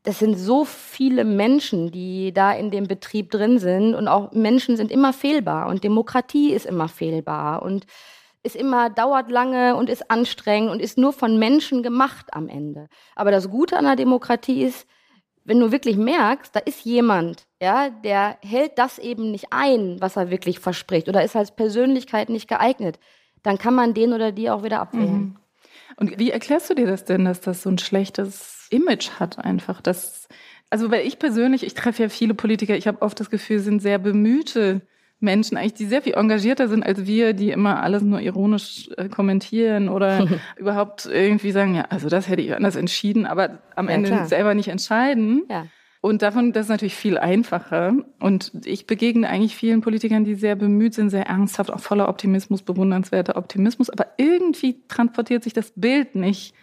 Speaker 1: das sind so viele Menschen, die da in dem Betrieb drin sind und auch Menschen sind immer fehlbar und Demokratie ist immer fehlbar und ist immer, dauert lange und ist anstrengend und ist nur von Menschen gemacht am Ende. Aber das Gute an der Demokratie ist, wenn du wirklich merkst, da ist jemand, ja, der hält das eben nicht ein, was er wirklich verspricht oder ist als Persönlichkeit nicht geeignet, dann kann man den oder die auch wieder abwählen.
Speaker 2: Und wie erklärst du dir das denn, dass das so ein schlechtes Image hat einfach? Dass, also weil ich persönlich, ich treffe ja viele Politiker, ich habe oft das Gefühl, sind sehr bemühte Menschen eigentlich, die sehr viel engagierter sind als wir, die immer alles nur ironisch äh, kommentieren
Speaker 1: [LAUGHS]
Speaker 2: oder überhaupt irgendwie sagen, ja, also das hätte ich anders entschieden, aber am
Speaker 1: Ja,
Speaker 2: Ende
Speaker 1: klar.
Speaker 2: selber nicht entscheiden.
Speaker 1: Ja.
Speaker 2: Und davon, das ist natürlich viel einfacher. Und ich begegne eigentlich vielen Politikern, die sehr bemüht sind, sehr ernsthaft, auch voller Optimismus, bewundernswerter Optimismus. Aber irgendwie transportiert sich das Bild nicht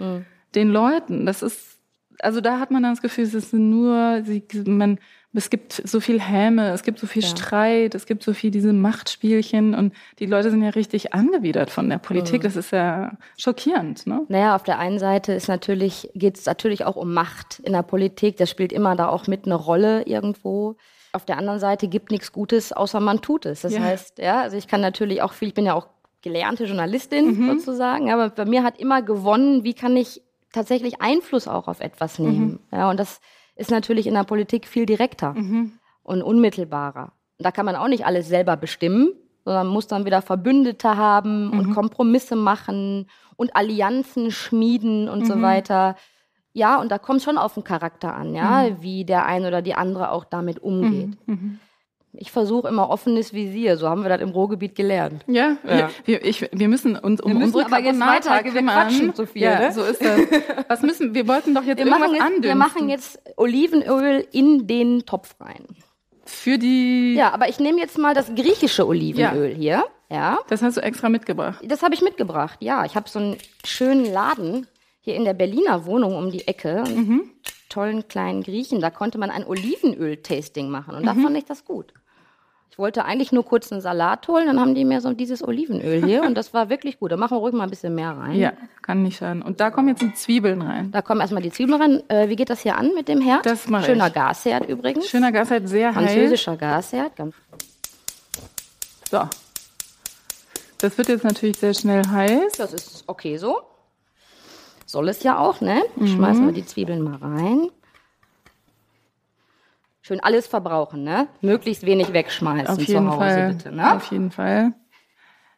Speaker 2: den Leuten. Das ist, also da hat man dann das Gefühl, es ist nur, sie, man, es gibt so viel Häme, es gibt so viel
Speaker 1: Ja.
Speaker 2: Streit, es gibt so viel diese Machtspielchen. Und die Leute sind ja richtig angewidert von der Politik. Das ist ja schockierend, ne?
Speaker 1: Naja, auf der einen Seite ist natürlich, geht es natürlich auch um Macht in der Politik. Das spielt immer da auch mit eine Rolle irgendwo. Auf der anderen Seite gibt nichts Gutes, außer man tut es. Das
Speaker 2: Ja.
Speaker 1: heißt, ja, also ich kann natürlich auch viel, ich bin ja auch gelernte Journalistin sozusagen, aber bei mir hat immer gewonnen, wie kann ich tatsächlich Einfluss auch auf etwas nehmen. Ja, und das ist natürlich in der Politik viel direkter und unmittelbarer. Und da kann man auch nicht alles selber bestimmen, sondern muss dann wieder Verbündete haben und Kompromisse machen und Allianzen schmieden und so weiter. Ja, und da kommt schon auf den Charakter an, ja, wie der ein oder die andere auch damit umgeht. Ich versuche immer offenes Visier, so haben wir das im Ruhrgebiet gelernt.
Speaker 2: Ja,
Speaker 1: Ja.
Speaker 2: Wir, ich, wir müssen uns um
Speaker 1: müssen
Speaker 2: unsere
Speaker 1: aber jetzt
Speaker 2: Carbonara
Speaker 1: weiter, wir
Speaker 2: kümmern.
Speaker 1: quatschen zu viel,
Speaker 2: Ja,
Speaker 1: ne?
Speaker 2: so ist das. Was müssen wir wollten doch jetzt
Speaker 1: Wir
Speaker 2: irgendwas
Speaker 1: machen, jetzt,
Speaker 2: andünsten.
Speaker 1: wir machen jetzt Olivenöl in den Topf rein.
Speaker 2: für die
Speaker 1: Ja, aber ich nehme jetzt mal das griechische Olivenöl hier. Ja,
Speaker 2: Das hast du extra mitgebracht.
Speaker 1: das habe ich mitgebracht. Ja, ich habe so einen schönen Laden hier in der Berliner Wohnung um die Ecke.
Speaker 2: Mhm.
Speaker 1: Einen Tollen kleinen Griechen. Da konnte man ein Olivenöl-Tasting machen und da
Speaker 2: Mhm.
Speaker 1: fand ich das gut. Ich wollte eigentlich nur kurz einen Salat holen, dann haben die mir so dieses Olivenöl
Speaker 2: [LAUGHS]
Speaker 1: hier und das war wirklich gut. Da machen wir ruhig mal ein bisschen mehr rein.
Speaker 2: Ja, kann nicht schaden. Und da kommen jetzt die Zwiebeln rein.
Speaker 1: Da kommen erstmal die Zwiebeln rein. Äh, wie geht das hier an mit dem Herd?
Speaker 2: Das mache
Speaker 1: Schöner
Speaker 2: ich.
Speaker 1: Gasherd übrigens.
Speaker 2: Schöner Gasherd, sehr heiß.
Speaker 1: Französischer Gasherd. Ganz
Speaker 2: So. Das wird jetzt natürlich sehr schnell heiß.
Speaker 1: Das ist okay so. Soll es ja auch, ne?
Speaker 2: Mhm.
Speaker 1: Schmeißen wir die Zwiebeln mal rein. Schön alles verbrauchen, ne? Möglichst wenig wegschmeißen
Speaker 2: Auf
Speaker 1: zu
Speaker 2: jeden
Speaker 1: Hause,
Speaker 2: Fall.
Speaker 1: bitte, ne?
Speaker 2: Auf jeden Fall.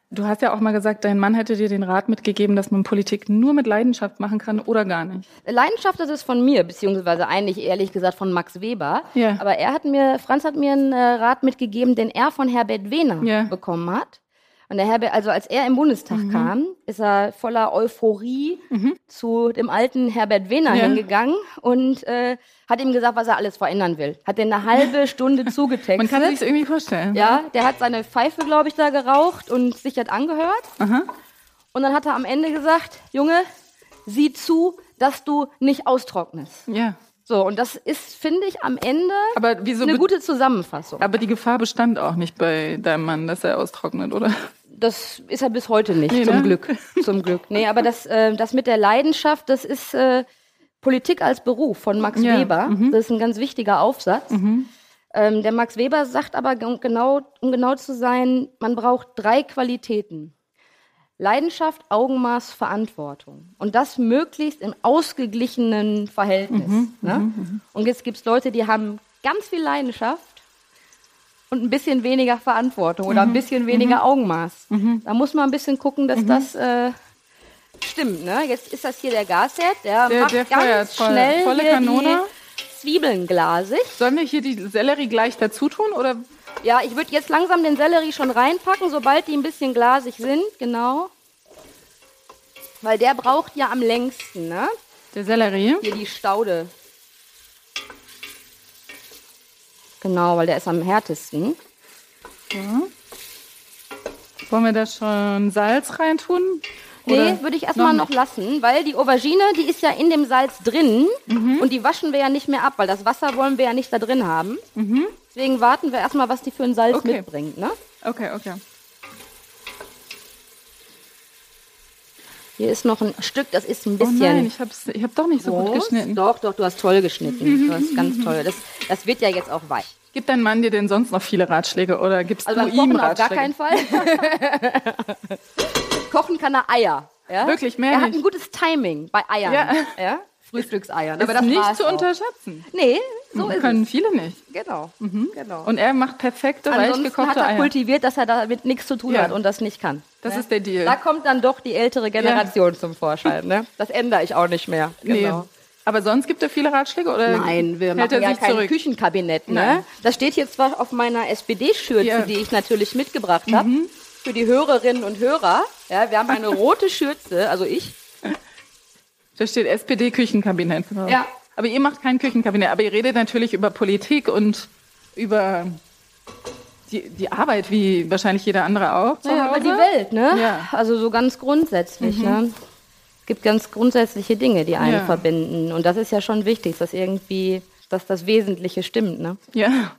Speaker 2: Du hast ja auch mal gesagt, dein Mann hätte dir den Rat mitgegeben, dass man Politik nur mit Leidenschaft machen kann oder gar nicht.
Speaker 1: Leidenschaft, das ist von mir, beziehungsweise eigentlich ehrlich gesagt von Max Weber.
Speaker 2: Ja.
Speaker 1: Aber er hat mir, Franz hat mir einen äh, Rat mitgegeben, den er von Herbert Wehner
Speaker 2: Ja. Mhm.
Speaker 1: bekommen hat. Und der Herbert, also als er im Bundestag kam, ist er voller Euphorie zu dem alten Herbert Wehner
Speaker 2: Ja.
Speaker 1: hingegangen und äh, hat ihm gesagt, was er alles verändern will. Hat den eine halbe
Speaker 2: [LAUGHS]
Speaker 1: Stunde zugetextet.
Speaker 2: Man kann sich das irgendwie vorstellen.
Speaker 1: Ja, der hat seine Pfeife, glaube ich, da geraucht und sich das angehört.
Speaker 2: Aha.
Speaker 1: Und dann hat er am Ende gesagt, Junge, sieh zu, dass du nicht austrocknest.
Speaker 2: ja.
Speaker 1: So, und das ist, finde ich, am Ende
Speaker 2: Aber wieso
Speaker 1: eine
Speaker 2: be-
Speaker 1: gute Zusammenfassung.
Speaker 2: Aber die Gefahr bestand auch nicht bei deinem Mann, dass er austrocknet, oder?
Speaker 1: Das ist er bis heute nicht,
Speaker 2: Nee,
Speaker 1: zum
Speaker 2: ne?
Speaker 1: Glück. Zum Glück. Nee, aber das, äh, das mit der Leidenschaft, das ist äh, Politik als Beruf von Max
Speaker 2: Ja, mhm.
Speaker 1: Weber. Das ist ein ganz wichtiger Aufsatz. Ähm, der Max Weber sagt aber, g- genau, um genau zu sein, man braucht drei Qualitäten. Leidenschaft, Augenmaß, Verantwortung. Und das möglichst im ausgeglichenen Verhältnis.
Speaker 2: Mhm,
Speaker 1: ne? Und jetzt gibt es Leute, die haben ganz viel Leidenschaft und ein bisschen weniger Verantwortung oder
Speaker 2: Mhm.
Speaker 1: ein bisschen weniger Augenmaß. Da muss man ein bisschen gucken, dass das äh, stimmt. Ne? Jetzt ist das hier der Gasherd, der,
Speaker 2: Der-
Speaker 1: macht
Speaker 2: der feuert
Speaker 1: ganz
Speaker 2: voll-
Speaker 1: schnell
Speaker 2: volle
Speaker 1: hier
Speaker 2: Kanone.
Speaker 1: die Zwiebeln glasig.
Speaker 2: Sollen wir hier die Sellerie gleich dazu tun oder
Speaker 1: Ja, ich würde jetzt langsam den Sellerie schon reinpacken, sobald die ein bisschen glasig sind, genau. Weil der braucht ja am längsten, ne?
Speaker 2: der Sellerie?
Speaker 1: Hier die Staude. Genau, weil der ist am härtesten.
Speaker 2: Wollen wir da schon Salz reintun? Oder
Speaker 1: nee, würde ich erstmal noch,
Speaker 2: nicht?
Speaker 1: lassen, weil die Aubergine, die ist ja in dem Salz drin
Speaker 2: Mhm.
Speaker 1: und die waschen wir ja nicht mehr ab, weil das Wasser wollen wir ja nicht da drin haben. Deswegen warten wir erstmal, was die für ein Salz
Speaker 2: Mhm. Okay.
Speaker 1: mitbringt, ne?
Speaker 2: Okay, okay.
Speaker 1: Hier ist noch ein Stück, das ist ein
Speaker 2: Oh
Speaker 1: bisschen
Speaker 2: nein, ich hab's, ich hab doch nicht so gut
Speaker 1: groß.
Speaker 2: geschnitten. Mhm.
Speaker 1: Doch, doch, du hast toll geschnitten. Du hast ganz toll. Das, das wird ja jetzt auch weich.
Speaker 2: Gibt dein Mann dir denn sonst noch viele Ratschläge oder gibst
Speaker 1: Also
Speaker 2: du
Speaker 1: beim
Speaker 2: ihm
Speaker 1: Kochen auf
Speaker 2: Ratschläge?
Speaker 1: gar keinen Fall. [LAUGHS] Kochen kann er Eier. Ja?
Speaker 2: Wirklich, mehr
Speaker 1: Er hat
Speaker 2: nicht.
Speaker 1: ein gutes Timing bei Eiern.
Speaker 2: Ja. [LAUGHS]
Speaker 1: Ja? Frühstückseiern.
Speaker 2: Ist nicht zu Hm, unterschätzen. Mhm.
Speaker 1: Nee, so ist
Speaker 2: Können viele nicht.
Speaker 1: es. Genau. genau.
Speaker 2: Mhm. Und er macht perfekte, weich
Speaker 1: Ansonsten hat
Speaker 2: gekochte
Speaker 1: er
Speaker 2: Eier.
Speaker 1: kultiviert, dass er damit nichts zu tun
Speaker 2: Ja.
Speaker 1: hat und das nicht kann.
Speaker 2: Das
Speaker 1: ne?
Speaker 2: ist der Deal.
Speaker 1: Da kommt dann doch die ältere Generation zum Vorschein. Ne? Das ändere ich auch nicht mehr.
Speaker 2: Nee.
Speaker 1: Genau.
Speaker 2: Aber sonst gibt er viele Ratschläge oder
Speaker 1: Nein, wir
Speaker 2: hält
Speaker 1: machen
Speaker 2: er
Speaker 1: ja
Speaker 2: sich
Speaker 1: kein
Speaker 2: zurück?
Speaker 1: Küchenkabinett. Ne?
Speaker 2: Nein.
Speaker 1: Das steht hier zwar auf meiner SPD-Schürze,
Speaker 2: Ja. Mhm.
Speaker 1: die ich natürlich mitgebracht habe, für die Hörerinnen und Hörer. Ja, wir haben
Speaker 2: [LAUGHS]
Speaker 1: eine rote Schürze, also ich.
Speaker 2: Da steht SPD-Küchenkabinett. drauf.
Speaker 1: Ja.
Speaker 2: Aber ihr macht kein Küchenkabinett. Aber ihr redet natürlich über Politik und über die, die Arbeit, wie wahrscheinlich jeder andere auch. zu
Speaker 1: Ja, aber
Speaker 2: Hause.
Speaker 1: die Welt, ne?
Speaker 2: Ja. Mhm.
Speaker 1: Also so ganz grundsätzlich, ne? Es gibt ganz grundsätzliche Dinge, die einen
Speaker 2: Ja.
Speaker 1: verbinden. Und das ist ja schon wichtig, dass irgendwie, dass das Wesentliche stimmt, ne?
Speaker 2: Ja.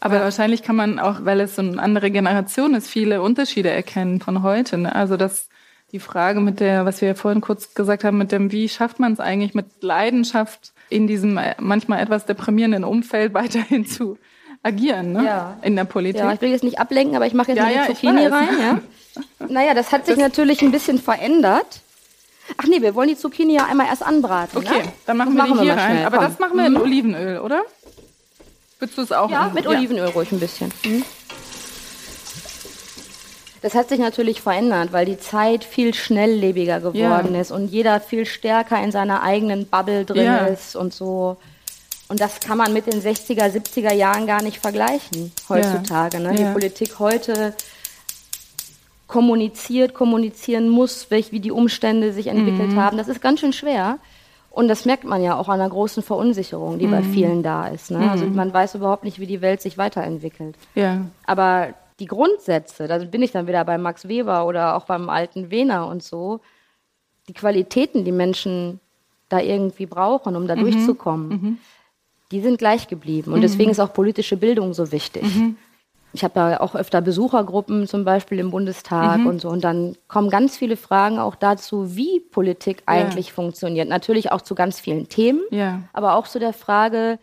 Speaker 2: Aber wahrscheinlich kann man auch, weil es so eine andere Generation ist, viele Unterschiede erkennen von heute. Ne? Also dass die Frage mit der, was wir ja vorhin kurz gesagt haben, mit dem, wie schafft man es eigentlich mit Leidenschaft in diesem äh, manchmal etwas deprimierenden Umfeld [LAUGHS] weiterhin zu agieren, ne?
Speaker 1: Ja.
Speaker 2: In der Politik.
Speaker 1: Ja, ich will jetzt nicht ablenken, aber ich mache jetzt
Speaker 2: Ja,
Speaker 1: mal die
Speaker 2: ja, ich
Speaker 1: Zucchini
Speaker 2: weiß.
Speaker 1: rein, ja?
Speaker 2: [LAUGHS]
Speaker 1: Naja, das hat sich natürlich ein bisschen verändert. Ach nee, wir wollen die Zucchini ja einmal erst anbraten.
Speaker 2: Okay,
Speaker 1: ne?
Speaker 2: dann machen
Speaker 1: Das
Speaker 2: wir die hier
Speaker 1: mal
Speaker 2: rein.
Speaker 1: schnell,
Speaker 2: Aber
Speaker 1: komm. Mhm.
Speaker 2: das machen wir in Olivenöl, oder? Würdest du es auch?
Speaker 1: Ja,
Speaker 2: in-
Speaker 1: mit Olivenöl ruhig ein bisschen. Mhm. Das hat sich natürlich verändert, weil die Zeit viel schnelllebiger geworden
Speaker 2: Ja.
Speaker 1: ist und jeder viel stärker in seiner eigenen Bubble drin
Speaker 2: Ja.
Speaker 1: ist und so. Und das kann man mit den 60er, 70er Jahren gar nicht vergleichen heutzutage. Ne? Die
Speaker 2: Ja.
Speaker 1: Politik heute kommuniziert, kommunizieren muss, welch, wie die Umstände sich entwickelt
Speaker 2: Mhm.
Speaker 1: haben. Das ist ganz schön schwer. Und das merkt man ja auch an der großen Verunsicherung, die
Speaker 2: Mhm.
Speaker 1: bei vielen da ist. Ne? Also man weiß überhaupt nicht, wie die Welt sich weiterentwickelt.
Speaker 2: Ja. ja.
Speaker 1: Aber die Grundsätze, da bin ich dann wieder bei Max Weber oder auch beim alten Wehner und so, die Qualitäten, die Menschen da irgendwie brauchen, um da durchzukommen, die sind gleich geblieben. Und deswegen ist auch politische Bildung so wichtig. Ich habe da auch öfter Besuchergruppen zum Beispiel im Bundestag und so. Und dann kommen ganz viele Fragen auch dazu, wie Politik eigentlich funktioniert. Natürlich auch zu ganz vielen Themen,
Speaker 2: Ja.
Speaker 1: aber auch zu der Frage,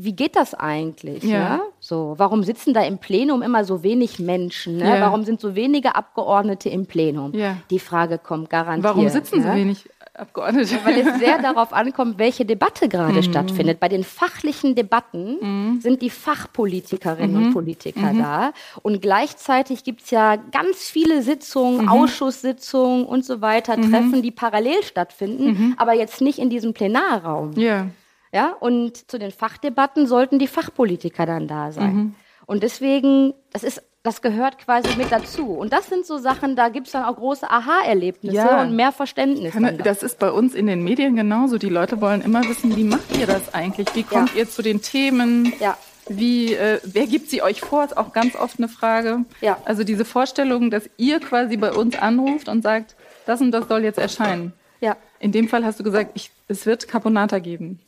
Speaker 1: wie geht das eigentlich?
Speaker 2: Ja.
Speaker 1: Ja. So, warum sitzen da im Plenum immer so wenig Menschen? Ne?
Speaker 2: Ja.
Speaker 1: Warum sind so wenige Abgeordnete im Plenum?
Speaker 2: Ja.
Speaker 1: Die Frage kommt garantiert.
Speaker 2: Warum sitzen so
Speaker 1: ne?
Speaker 2: wenig Abgeordnete?
Speaker 1: Weil es sehr darauf ankommt, welche Debatte
Speaker 2: Mhm.
Speaker 1: gerade stattfindet. Bei den fachlichen Debatten sind die Fachpolitikerinnen
Speaker 2: Mhm.
Speaker 1: und Politiker da. Und gleichzeitig gibt es ja ganz viele Sitzungen,
Speaker 2: Mhm.
Speaker 1: Ausschusssitzungen und so weiter, Treffen, die parallel stattfinden,
Speaker 2: Mhm.
Speaker 1: aber jetzt nicht in diesem Plenarraum.
Speaker 2: [LAUGHS] ja.
Speaker 1: Ja, und zu den Fachdebatten sollten die Fachpolitiker dann da sein.
Speaker 2: Mhm.
Speaker 1: Und deswegen, das ist, das gehört quasi mit dazu. Und das sind so Sachen, da gibt es dann auch große Aha-Erlebnisse
Speaker 2: Ja.
Speaker 1: und mehr Verständnis.
Speaker 2: Kann,
Speaker 1: dann da.
Speaker 2: das ist bei uns in den Medien genauso. Die Leute wollen immer wissen, wie macht ihr das eigentlich? Wie kommt
Speaker 1: Ja.
Speaker 2: ihr zu den Themen?
Speaker 1: Ja.
Speaker 2: Wie, äh, wer gibt sie euch vor? Ist auch ganz oft eine Frage.
Speaker 1: Ja.
Speaker 2: Also diese Vorstellung, dass ihr quasi bei uns anruft und sagt, das und das soll jetzt erscheinen.
Speaker 1: Ja.
Speaker 2: In dem Fall hast du gesagt, ich, es wird Carbonata geben.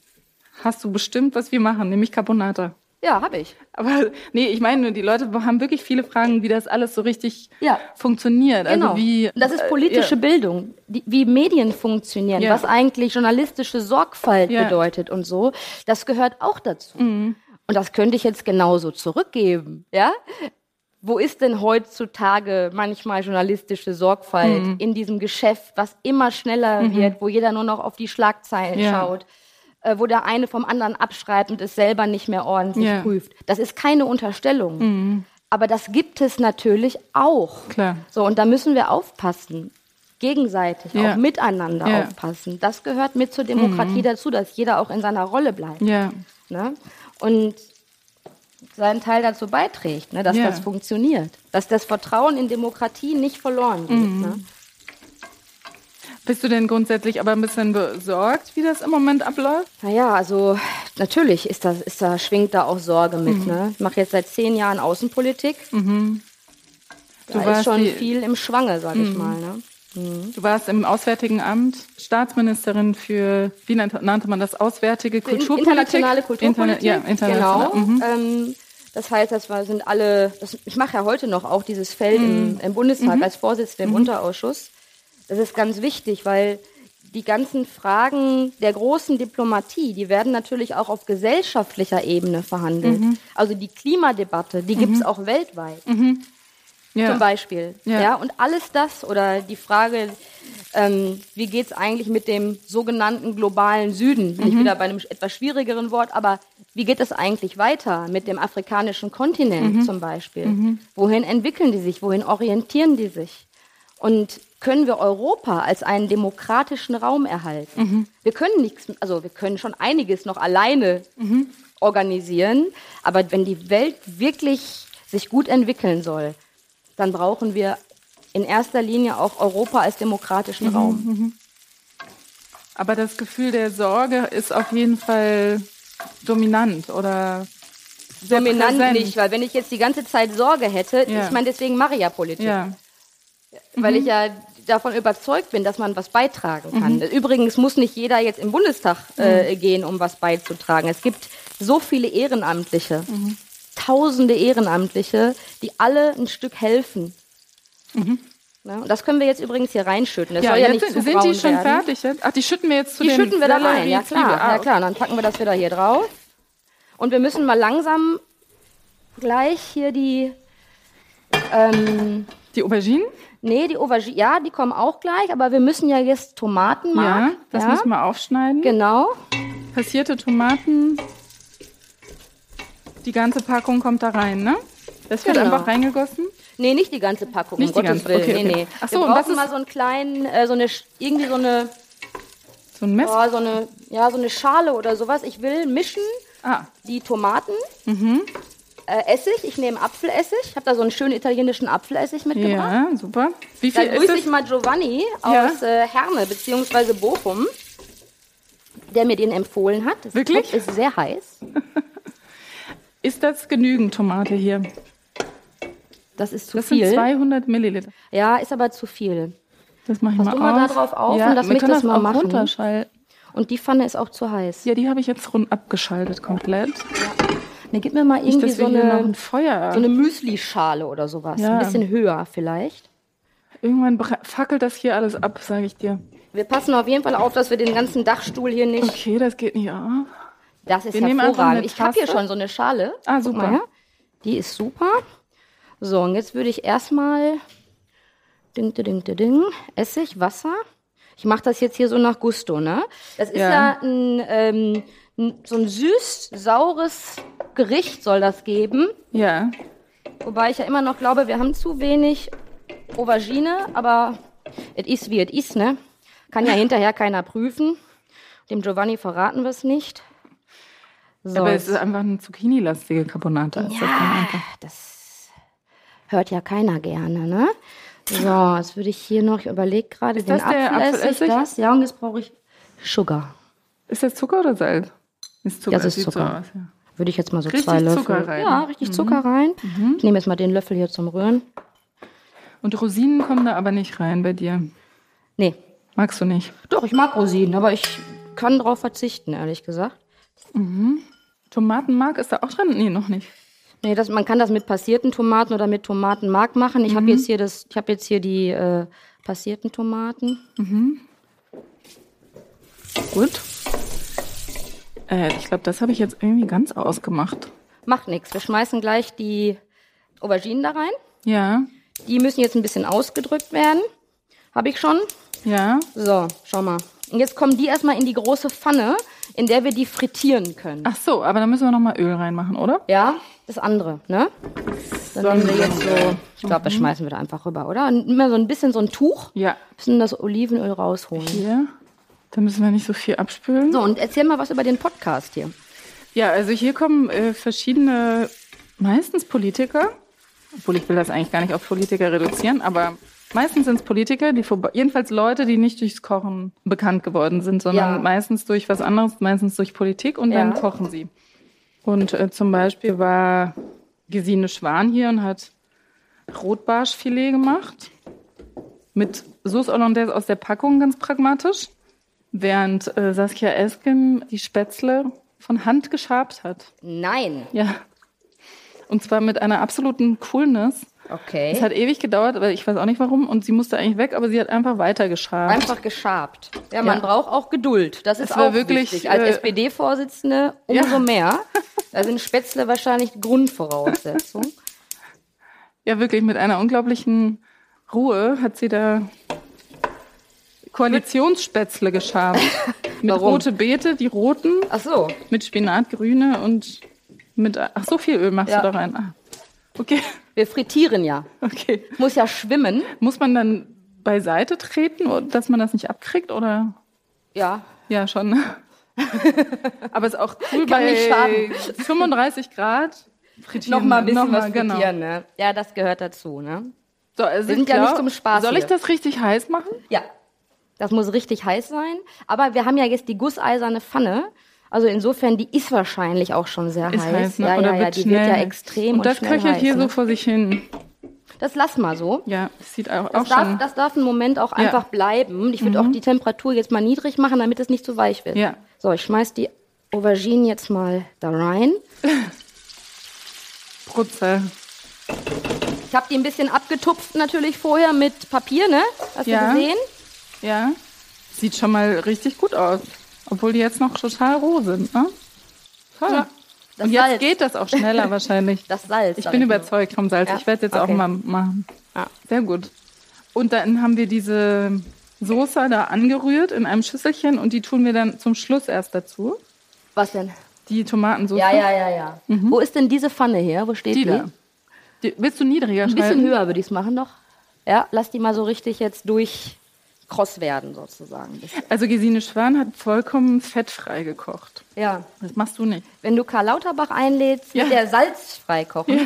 Speaker 2: Hast du bestimmt, was wir machen, nämlich Carbonata.
Speaker 1: Ja, habe ich.
Speaker 2: Aber nee, ich meine, nur, die Leute haben wirklich viele Fragen, wie das alles so richtig
Speaker 1: Ja.
Speaker 2: funktioniert.
Speaker 1: Genau.
Speaker 2: Also wie,
Speaker 1: das ist politische Bildung, die, wie Medien funktionieren,
Speaker 2: Ja.
Speaker 1: was eigentlich journalistische Sorgfalt
Speaker 2: Ja. Mhm.
Speaker 1: bedeutet und so. Das gehört auch dazu. Und das könnte ich jetzt genauso zurückgeben, ja? Wo ist denn heutzutage manchmal journalistische Sorgfalt
Speaker 2: Mhm.
Speaker 1: in diesem Geschäft, was immer schneller wird, wo jeder nur noch auf die Schlagzeilen
Speaker 2: Ja.
Speaker 1: schaut, äh, wo der eine vom anderen abschreibt und es selber nicht mehr ordentlich
Speaker 2: Ja. Mhm.
Speaker 1: prüft? Das ist keine Unterstellung. Aber das gibt es natürlich auch.
Speaker 2: Klar.
Speaker 1: So, und da müssen wir aufpassen. Gegenseitig,
Speaker 2: Ja.
Speaker 1: auch miteinander
Speaker 2: Ja. Mhm.
Speaker 1: aufpassen. Das gehört mit zur Demokratie dazu, dass jeder auch in seiner Rolle bleibt.
Speaker 2: Ja.
Speaker 1: Ne? Und seinen Teil dazu beiträgt, ne, dass
Speaker 2: Ja.
Speaker 1: das funktioniert. Dass das Vertrauen in Demokratie nicht verloren geht.
Speaker 2: Mhm.
Speaker 1: Ne?
Speaker 2: Bist du denn grundsätzlich aber ein bisschen besorgt, wie das im Moment abläuft?
Speaker 1: Naja, also natürlich ist das, ist da, schwingt da auch Sorge mit.
Speaker 2: Mhm.
Speaker 1: Ne? Ich mache jetzt seit zehn Jahren Außenpolitik.
Speaker 2: Du
Speaker 1: Da
Speaker 2: warst
Speaker 1: ist schon
Speaker 2: die- Mhm.
Speaker 1: viel im Schwange, sag ich mal. Ne?
Speaker 2: Du warst im Auswärtigen Amt Staatsministerin für, wie nannte nannte man das, auswärtige
Speaker 1: In-
Speaker 2: Kulturpolitik?
Speaker 1: Internationale Kulturpolitik.
Speaker 2: Interna ja, international.
Speaker 1: Genau.
Speaker 2: Mhm.
Speaker 1: Ähm, das heißt, das war, sind alle, das, ich mache ja heute noch auch dieses Feld
Speaker 2: Mhm.
Speaker 1: im, im Bundestag als Vorsitzende im Unterausschuss. Das ist ganz wichtig, weil die ganzen Fragen der großen Diplomatie, die werden natürlich auch auf
Speaker 2: Mhm.
Speaker 1: gesellschaftlicher Ebene verhandelt. Also die Klimadebatte, die gibt's auch weltweit.
Speaker 2: Ja.
Speaker 1: zum Beispiel.
Speaker 2: Ja.
Speaker 1: Ja. und alles das oder die Frage, ähm, wie geht's eigentlich mit dem sogenannten globalen Süden? Bin ich
Speaker 2: Mhm.
Speaker 1: wieder bei einem sch- etwas schwierigeren Wort, aber wie geht es eigentlich weiter mit dem afrikanischen Kontinent
Speaker 2: Mhm.
Speaker 1: zum Beispiel? Wohin entwickeln die sich? Wohin orientieren die sich? Und können wir Europa als einen demokratischen Raum erhalten?
Speaker 2: Mhm.
Speaker 1: Wir können nichts, also wir können schon einiges noch alleine
Speaker 2: Mhm.
Speaker 1: organisieren, aber wenn die Welt wirklich sich gut entwickeln soll, dann brauchen wir in erster Linie auch Europa als demokratischen
Speaker 2: Mhm.
Speaker 1: Raum.
Speaker 2: Aber das Gefühl der Sorge ist auf jeden Fall dominant oder sehr
Speaker 1: Dominant
Speaker 2: präsent.
Speaker 1: nicht, weil wenn ich jetzt die ganze Zeit Sorge hätte,
Speaker 2: Ja.
Speaker 1: ich meine, deswegen mache ich ja Politik,
Speaker 2: Ja, Mhm.
Speaker 1: weil ich ja davon überzeugt bin, dass man was beitragen kann.
Speaker 2: Mhm.
Speaker 1: Übrigens muss nicht jeder jetzt im Bundestag äh, gehen, um was beizutragen. Es gibt so viele Ehrenamtliche,
Speaker 2: Mhm.
Speaker 1: tausende Ehrenamtliche, die alle ein Stück helfen. Ne? und das können wir jetzt übrigens hier reinschütten. Das
Speaker 2: Mhm. ja,
Speaker 1: soll ja
Speaker 2: jetzt
Speaker 1: nicht
Speaker 2: sind,
Speaker 1: zu
Speaker 2: sind die
Speaker 1: braun
Speaker 2: schon
Speaker 1: werden.
Speaker 2: fertig jetzt? Ach, die schütten wir jetzt zu
Speaker 1: Die
Speaker 2: dem
Speaker 1: schütten wir da rein, ja
Speaker 2: Sellerie-Zwiebel.
Speaker 1: klar,
Speaker 2: Ah,
Speaker 1: ja klar. Dann packen wir das wieder hier drauf. Und wir müssen mal langsam gleich hier die, ähm,
Speaker 2: Die Auberginen?
Speaker 1: nee, die Aubergine, ja, die kommen auch gleich, aber wir müssen ja jetzt Tomatenmark.
Speaker 2: Ja, das müssen wir aufschneiden.
Speaker 1: Genau,
Speaker 2: Passierte Tomaten. Die ganze Packung kommt da rein, ne? Das wird
Speaker 1: Genau.
Speaker 2: einfach reingegossen.
Speaker 1: nee, nicht die ganze Packung,
Speaker 2: Nicht
Speaker 1: um
Speaker 2: die
Speaker 1: Gottes
Speaker 2: ganze,
Speaker 1: Willen,
Speaker 2: okay,
Speaker 1: nee,
Speaker 2: okay.
Speaker 1: nee.
Speaker 2: Ach so,
Speaker 1: wir
Speaker 2: und was
Speaker 1: brauchen
Speaker 2: ist-
Speaker 1: mal so einen kleinen, äh, so eine, Sch- irgendwie so eine,
Speaker 2: So ein Messer.
Speaker 1: oh, so eine, ja, so eine Schale oder sowas. Ich will mischen
Speaker 2: Ah,
Speaker 1: die Tomaten,
Speaker 2: Mhm.
Speaker 1: äh, Essig, ich nehme Apfelessig, ich habe da so einen schönen italienischen Apfelessig mitgebracht.
Speaker 2: ja, super. Wie
Speaker 1: Da
Speaker 2: viel ist
Speaker 1: grüße ich
Speaker 2: es?
Speaker 1: mal Giovanni
Speaker 2: Ja.
Speaker 1: aus äh, Herne bzw. Bochum, der mir den empfohlen hat. Das
Speaker 2: Wirklich?
Speaker 1: Produkt Ist sehr heiß.
Speaker 2: Ist das genügend Tomate hier?
Speaker 1: Das ist zu
Speaker 2: Das
Speaker 1: viel.
Speaker 2: sind 200 Milliliter.
Speaker 1: ja, ist aber zu viel.
Speaker 2: Das mache ich
Speaker 1: Pass
Speaker 2: mal
Speaker 1: du
Speaker 2: auf.
Speaker 1: mal da drauf auf
Speaker 2: ja,
Speaker 1: und lass
Speaker 2: wir
Speaker 1: mich
Speaker 2: können
Speaker 1: das mal
Speaker 2: auch
Speaker 1: machen.
Speaker 2: runterschalten.
Speaker 1: Und die Pfanne ist auch zu heiß.
Speaker 2: Ja, die habe ich jetzt rund abgeschaltet komplett.
Speaker 1: Ne, gib mir mal
Speaker 2: Nicht,
Speaker 1: irgendwie
Speaker 2: dass
Speaker 1: so
Speaker 2: wir hier noch ein
Speaker 1: eine,
Speaker 2: Feuer.
Speaker 1: so eine Müsli-Schale oder sowas.
Speaker 2: Ja.
Speaker 1: Ein bisschen höher vielleicht.
Speaker 2: Irgendwann bra- fackelt das hier alles ab, sage ich dir.
Speaker 1: Wir passen auf jeden Fall auf, dass wir den ganzen Dachstuhl hier nicht.
Speaker 2: Okay, das geht nicht. ah. Ja.
Speaker 1: Das ist
Speaker 2: Wir nehmen einfach
Speaker 1: hervorragend.
Speaker 2: eine
Speaker 1: Ich habe hier
Speaker 2: Tasse.
Speaker 1: schon so eine Schale.
Speaker 2: Ah,
Speaker 1: Guck
Speaker 2: super.
Speaker 1: mal her. Die ist super. So, und jetzt würde ich erstmal ding, ding, ding, ding, ding, Essig, Wasser. Ich mache das jetzt hier so nach Gusto, ne? Das ist
Speaker 2: Ja.
Speaker 1: ja, ein, ähm, ein, so ein süß-saures Gericht soll das geben.
Speaker 2: ja.
Speaker 1: Wobei ich ja immer noch glaube, wir haben zu wenig Aubergine, aber es ist wie es ist, ne? Kann
Speaker 2: [LAUGHS]
Speaker 1: ja hinterher keiner prüfen. Dem Giovanni verraten wir es nicht. So,
Speaker 2: Aber es
Speaker 1: jetzt-
Speaker 2: ist einfach eine zucchini-lastige Carbonata. Ist das dann einfach.
Speaker 1: das hört ja keiner gerne, ne? So, jetzt würde ich hier noch, ich überlege gerade den
Speaker 2: das der
Speaker 1: Apfelessig,
Speaker 2: Apfelessig?
Speaker 1: das, ja, und jetzt brauche ich Sugar.
Speaker 2: Ist das Zucker oder Salz? Ist Zucker.
Speaker 1: Das ist
Speaker 2: sieht so
Speaker 1: Zucker.
Speaker 2: aus, ja.
Speaker 1: Würde ich jetzt mal so
Speaker 2: Richtig
Speaker 1: zwei Löffel.
Speaker 2: Zucker rein. Mhm.
Speaker 1: Ja, richtig Zucker rein. Ich nehme jetzt mal den Löffel hier zum Rühren.
Speaker 2: Und Rosinen kommen da aber nicht rein bei dir.
Speaker 1: Nee,
Speaker 2: Magst du nicht?
Speaker 1: doch, ich mag Rosinen, aber ich kann drauf verzichten, ehrlich gesagt.
Speaker 2: Tomatenmark ist da auch drin? Nee, noch nicht.
Speaker 1: Nee, das, man kann das mit passierten Tomaten oder mit Tomatenmark machen. Ich
Speaker 2: Mhm.
Speaker 1: habe jetzt hier das, ich habe jetzt hier die äh, passierten Tomaten.
Speaker 2: Gut. Äh, ich glaube, das habe ich jetzt irgendwie ganz ausgemacht.
Speaker 1: Macht nichts. Wir schmeißen gleich die Auberginen da rein.
Speaker 2: Ja,
Speaker 1: Die müssen jetzt ein bisschen ausgedrückt werden. Habe ich schon.
Speaker 2: ja.
Speaker 1: So, schau mal. Und jetzt kommen die erstmal in die große Pfanne, in der wir die frittieren können.
Speaker 2: Ach so, aber da müssen wir nochmal Öl reinmachen, oder?
Speaker 1: Ja, das andere, ne? Dann nehmen wir jetzt so, ich glaube,
Speaker 2: Mhm.
Speaker 1: das schmeißen wir da einfach rüber, oder? Und immer so ein bisschen so ein Tuch,
Speaker 2: Ja.
Speaker 1: müssen das Olivenöl rausholen.
Speaker 2: Hier. Da müssen wir nicht so viel abspülen.
Speaker 1: So, und erzähl mal was über den Podcast hier.
Speaker 2: Ja, also hier kommen äh, verschiedene, meistens Politiker, obwohl ich will das eigentlich gar nicht auf Politiker reduzieren, aber meistens sind es Politiker, die vorbe- jedenfalls Leute, die nicht durchs Kochen bekannt geworden sind, sondern
Speaker 1: Ja.
Speaker 2: meistens durch was anderes, meistens durch Politik und dann
Speaker 1: Ja.
Speaker 2: kochen sie. Und äh, zum Beispiel war Gesine Schwan hier und hat Rotbarschfilet gemacht mit Sauce Hollandaise aus der Packung, ganz pragmatisch. Während äh, Saskia Esken die Spätzle von Hand geschabt hat.
Speaker 1: Nein.
Speaker 2: Ja. Und zwar mit einer absoluten Coolness.
Speaker 1: Okay.
Speaker 2: Es hat ewig gedauert, weil ich weiß auch nicht warum. Und sie musste eigentlich weg, aber sie hat einfach weiter geschabt.
Speaker 1: Einfach geschabt. Ja, man
Speaker 2: Ja.
Speaker 1: braucht auch Geduld. Das ist
Speaker 2: Es war
Speaker 1: auch
Speaker 2: wirklich,
Speaker 1: wichtig. Als
Speaker 2: äh,
Speaker 1: SPD-Vorsitzende umso [LAUGHS]
Speaker 2: Ja.
Speaker 1: mehr. Da sind Spätzle wahrscheinlich die Grundvoraussetzung.
Speaker 2: Ja, wirklich, mit einer unglaublichen Ruhe hat sie da Koalitionsspätzle
Speaker 1: [LAUGHS]
Speaker 2: geschabt. mit
Speaker 1: Warum?
Speaker 2: rote Beete, die roten,
Speaker 1: Ach so.
Speaker 2: mit Spinat, grüne und mit, ach, so viel Öl machst
Speaker 1: Ja.
Speaker 2: du da rein. Ah. Okay, [LAUGHS]
Speaker 1: Wir frittieren ja.
Speaker 2: okay.
Speaker 1: Muss ja schwimmen.
Speaker 2: Muss man dann beiseite treten, dass man das nicht abkriegt oder?
Speaker 1: Ja.
Speaker 2: Ja,
Speaker 1: [LAUGHS]
Speaker 2: schon. ne? Aber ist auch cool
Speaker 1: Kann
Speaker 2: bei
Speaker 1: nicht schaden.
Speaker 2: 35 Grad frittieren.
Speaker 1: Nochmal ein bisschen
Speaker 2: Nochmal,
Speaker 1: was
Speaker 2: genau.
Speaker 1: frittieren, ne? Ja, das gehört dazu, ne?
Speaker 2: So, also
Speaker 1: Wir
Speaker 2: ich
Speaker 1: sind ja
Speaker 2: glaub-
Speaker 1: nicht zum Spaß
Speaker 2: Soll ich
Speaker 1: hier.
Speaker 2: das richtig heiß machen?
Speaker 1: Ja. Das muss richtig heiß sein. Aber wir haben ja jetzt die gusseiserne Pfanne. Also insofern, die ist wahrscheinlich auch schon sehr
Speaker 2: Ist
Speaker 1: heiß.
Speaker 2: heiß, ne?
Speaker 1: Ja, ja,
Speaker 2: Oder wird
Speaker 1: ja, die
Speaker 2: schnell
Speaker 1: wird ja
Speaker 2: heiß?
Speaker 1: extrem
Speaker 2: Und,
Speaker 1: und,
Speaker 2: das
Speaker 1: schnell
Speaker 2: köchelt
Speaker 1: heiß,
Speaker 2: hier
Speaker 1: ne?
Speaker 2: so vor sich hin.
Speaker 1: Das lass mal so.
Speaker 2: Ja, das sieht auch, auch
Speaker 1: Das darf,
Speaker 2: schon. Mhm.
Speaker 1: das darf einen Moment auch einfach bleiben. Ich würde auch die Temperatur jetzt mal niedrig machen, damit es nicht zu weich wird.
Speaker 2: Ja.
Speaker 1: So, ich schmeiß die Aubergine jetzt mal da rein.
Speaker 2: Brutzel.
Speaker 1: Ich habe die ein bisschen abgetupft natürlich vorher mit Papier, ne? Hast
Speaker 2: Ja.
Speaker 1: du gesehen?
Speaker 2: Ja. Sieht schon mal richtig gut aus. Obwohl die jetzt noch total roh sind, ne? Toll.
Speaker 1: Ja. Das
Speaker 2: Und jetzt
Speaker 1: Salz.
Speaker 2: geht das auch schneller wahrscheinlich.
Speaker 1: Das Salz.
Speaker 2: Ich
Speaker 1: sag
Speaker 2: bin
Speaker 1: nur.
Speaker 2: überzeugt vom Salz.
Speaker 1: Ja,
Speaker 2: Ich werde es jetzt auch
Speaker 1: okay.
Speaker 2: mal machen.
Speaker 1: Ja.
Speaker 2: Sehr gut. Und dann haben wir diese Soße da angerührt in einem Schüsselchen und die tun wir dann zum Schluss erst dazu.
Speaker 1: Was denn?
Speaker 2: Die Tomatensoße.
Speaker 1: Ja, ja, ja, ja. Wo ist denn diese Pfanne her? Wo steht
Speaker 2: Mhm. Die
Speaker 1: die?
Speaker 2: da. Die, willst du niedriger
Speaker 1: Ein bisschen
Speaker 2: schalten?
Speaker 1: höher würde ich es machen noch. Ja, lass die mal so richtig jetzt durch kross werden sozusagen.
Speaker 2: [LAUGHS]
Speaker 1: Das-
Speaker 2: Also Gesine Schwan hat vollkommen fettfrei gekocht.
Speaker 1: Ja.
Speaker 2: Das machst du nicht.
Speaker 1: Wenn du Karl Lauterbach einlädst,
Speaker 2: Ja.
Speaker 1: wird er salzfrei kochen.
Speaker 2: Ja.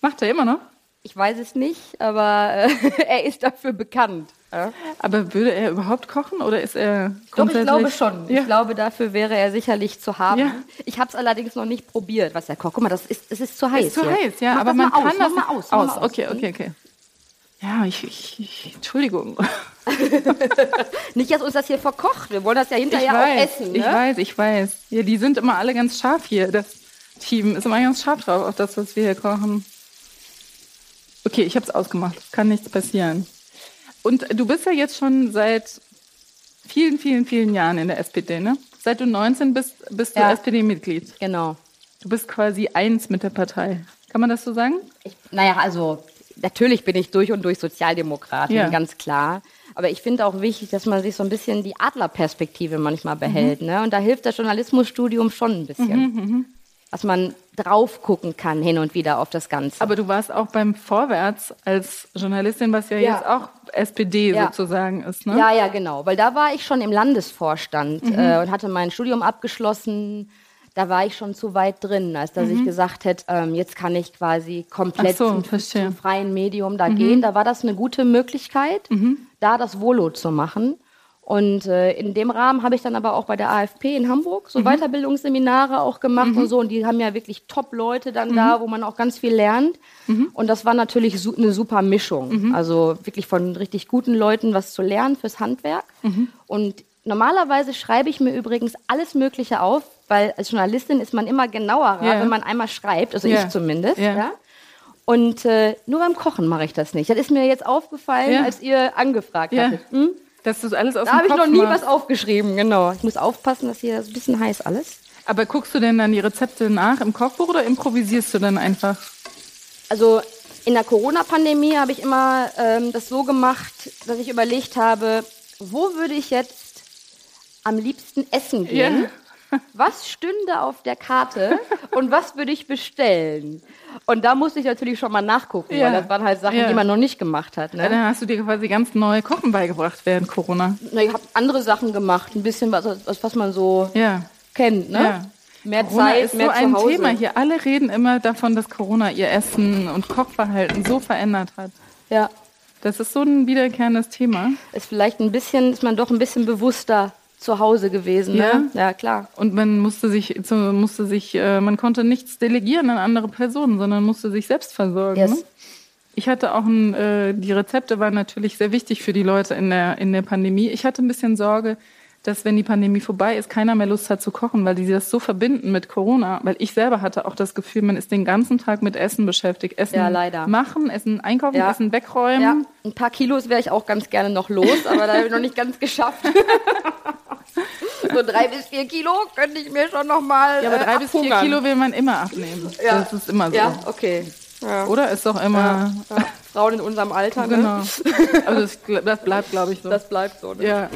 Speaker 2: Macht er immer noch?
Speaker 1: Ich weiß es nicht, aber äh, [LAUGHS] er ist dafür bekannt. Ja?
Speaker 2: Aber würde er überhaupt kochen oder ist er
Speaker 1: Doch, ich
Speaker 2: grundsätzlich...
Speaker 1: glaube schon.
Speaker 2: Ja.
Speaker 1: Ich glaube, dafür wäre er sicherlich zu haben.
Speaker 2: Ja.
Speaker 1: Ich habe es allerdings noch nicht probiert, was er kocht. Guck mal, das ist, es ist zu heiß.
Speaker 2: Ist zu
Speaker 1: hier.
Speaker 2: heiß, ja,
Speaker 1: Mach
Speaker 2: aber
Speaker 1: das
Speaker 2: man
Speaker 1: mal
Speaker 2: kann
Speaker 1: aus,
Speaker 2: das
Speaker 1: mach mal aus. mach
Speaker 2: Aus,
Speaker 1: mal
Speaker 2: okay, okay, okay. Ja, ich, ich, ich Entschuldigung.
Speaker 1: Nicht, dass uns das hier verkocht. Wir wollen das ja
Speaker 2: Ich
Speaker 1: hinterher auch
Speaker 2: weiß,
Speaker 1: essen.
Speaker 2: ich
Speaker 1: ne?
Speaker 2: weiß, ich weiß. Ja, die sind immer alle ganz scharf hier. Das Team ist immer ganz scharf drauf auf das, was wir hier kochen. Okay, ich habe es ausgemacht. Kann nichts passieren. Und du bist ja jetzt schon seit vielen, vielen, vielen Jahren in der SPD, ne? Seit du 19 bist, bist du
Speaker 1: Ja.
Speaker 2: SPD-Mitglied.
Speaker 1: Genau.
Speaker 2: Du bist quasi eins mit der Partei. Kann man das so sagen?
Speaker 1: Ich, naja, also natürlich bin ich durch und durch Sozialdemokratin,
Speaker 2: Ja.
Speaker 1: ganz klar. Aber ich finde auch wichtig, dass man sich so ein bisschen die Adlerperspektive manchmal
Speaker 2: Mhm.
Speaker 1: behält. Ne? Und da hilft das Journalismusstudium schon ein bisschen. Dass man drauf gucken kann hin und wieder auf das Ganze.
Speaker 2: Aber du warst auch beim Vorwärts als Journalistin, was ja,
Speaker 1: Ja.
Speaker 2: jetzt auch SPD
Speaker 1: Ja.
Speaker 2: sozusagen ist, ne? Mhm.
Speaker 1: Ja, ja, genau. Weil da war ich schon im Landesvorstand äh, und hatte mein Studium abgeschlossen. Da war ich schon zu weit drin, als dass ich gesagt hätte, ähm, jetzt kann ich quasi komplett
Speaker 2: Mhm. Ach so,
Speaker 1: zum,
Speaker 2: verstehe.
Speaker 1: zum freien Medium
Speaker 2: Mhm.
Speaker 1: da gehen. Da war das eine gute Möglichkeit, da das Volo zu machen. Und äh, in dem Rahmen habe ich dann aber auch bei der AFP in Hamburg
Speaker 2: Mhm.
Speaker 1: so Weiterbildungsseminare auch gemacht und so. Und die haben ja wirklich Top-Leute
Speaker 2: Mhm.
Speaker 1: dann da, wo man auch ganz viel lernt. Und das war natürlich su eine super Mischung.
Speaker 2: Mhm.
Speaker 1: Also wirklich von richtig guten Leuten was zu lernen fürs Handwerk.
Speaker 2: Mhm.
Speaker 1: Und normalerweise schreibe ich mir übrigens alles Mögliche auf, weil als Journalistin ist man immer genauer,
Speaker 2: Ja.
Speaker 1: wenn man einmal schreibt, also
Speaker 2: Ja.
Speaker 1: ich zumindest.
Speaker 2: Ja.
Speaker 1: Ja. Und äh, nur beim Kochen mache ich das nicht. Das ist mir jetzt aufgefallen,
Speaker 2: Ja.
Speaker 1: als ihr angefragt
Speaker 2: Ja.
Speaker 1: hattet. Hm?
Speaker 2: Dass du es alles aus
Speaker 1: Da habe ich
Speaker 2: dem Kopf
Speaker 1: noch nie
Speaker 2: machst.
Speaker 1: was aufgeschrieben, genau. Ich muss aufpassen, dass hier das ist ein bisschen heiß alles.
Speaker 2: Aber guckst du denn dann die Rezepte nach im Kochbuch oder improvisierst du dann einfach?
Speaker 1: Also in der Corona-Pandemie habe ich immer ähm, das so gemacht, dass ich überlegt habe, wo würde ich jetzt am liebsten essen gehen? Was stünde auf der Karte
Speaker 2: [LAUGHS]
Speaker 1: und was würde ich bestellen? Und da musste ich natürlich schon mal nachgucken,
Speaker 2: Ja.
Speaker 1: weil das waren halt Sachen,
Speaker 2: Ja.
Speaker 1: die man noch nicht gemacht hat. Ne?
Speaker 2: Dann hast du dir quasi ganz neu Kochen beigebracht während Corona.
Speaker 1: Na, ich habe andere Sachen gemacht, ein bisschen was, was, was man so
Speaker 2: Ja.
Speaker 1: kennt, ne?
Speaker 2: Ja.
Speaker 1: Mehr
Speaker 2: Corona
Speaker 1: Zeit,
Speaker 2: ist
Speaker 1: mehr
Speaker 2: so ein
Speaker 1: zu Hause.
Speaker 2: Thema hier. Alle reden immer davon, dass Corona ihr Essen und Kochverhalten so verändert hat.
Speaker 1: Ja,
Speaker 2: Das ist so ein wiederkehrendes Thema.
Speaker 1: ist vielleicht ein bisschen, ist man doch ein bisschen bewusster zu Hause gewesen, ne? Ja, klar.
Speaker 2: Und man musste sich, zu- musste sich, äh, man konnte nichts delegieren an andere Personen, sondern musste sich selbst versorgen.
Speaker 1: Yes.
Speaker 2: Ne? Ich hatte auch ein, äh, die Rezepte waren natürlich sehr wichtig für die Leute in der, in der Pandemie. Ich hatte ein bisschen Sorge, dass wenn die Pandemie vorbei ist, keiner mehr Lust hat zu kochen, weil die das so verbinden mit Corona. Weil ich selber hatte auch das Gefühl, man ist den ganzen Tag mit Essen beschäftigt. Essen
Speaker 1: Ja, leider.
Speaker 2: machen, Essen einkaufen,
Speaker 1: Ja.
Speaker 2: Essen wegräumen.
Speaker 1: Ja, ein paar Kilos wäre ich auch ganz gerne noch los, [LAUGHS] aber da habe ich noch nicht ganz
Speaker 2: [LAUGHS]
Speaker 1: geschafft. so drei bis vier Kilo könnte ich mir schon noch mal.
Speaker 2: Ja, aber
Speaker 1: äh,
Speaker 2: drei bis vier
Speaker 1: abhungern.
Speaker 2: Kilo will man immer abnehmen.
Speaker 1: Ja.
Speaker 2: Das ist immer so.
Speaker 1: Ja, okay.
Speaker 2: Ja. Oder? Ist doch immer.
Speaker 1: Ja. Ja. Frauen in unserem Alter, ne? [LAUGHS]
Speaker 2: Genau. Also das, das bleibt, glaube ich, so.
Speaker 1: Das bleibt so. Ne?
Speaker 2: ja.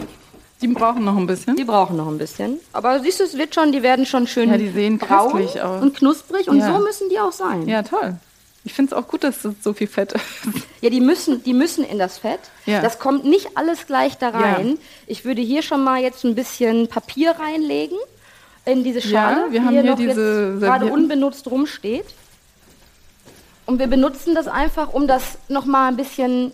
Speaker 2: Die brauchen noch ein bisschen.
Speaker 1: Die brauchen noch ein bisschen. Aber siehst du, es wird schon, die werden schon schön
Speaker 2: Ja, die sehen
Speaker 1: braun
Speaker 2: knusprig aus.
Speaker 1: und knusprig und
Speaker 2: Ja.
Speaker 1: so müssen die auch sein.
Speaker 2: Ja, toll. Ich finde es auch gut, dass das so viel Fett [LAUGHS] ist.
Speaker 1: Ja, die müssen, die müssen in das Fett.
Speaker 2: Ja.
Speaker 1: Das kommt nicht alles gleich da
Speaker 2: Ja.
Speaker 1: rein. Ich würde hier schon mal jetzt ein bisschen Papier reinlegen in diese Schale,
Speaker 2: Ja, wir haben hier
Speaker 1: noch jetzt
Speaker 2: diese
Speaker 1: gerade
Speaker 2: Servietten.
Speaker 1: unbenutzt rumsteht. Und wir benutzen das einfach, um das nochmal ein bisschen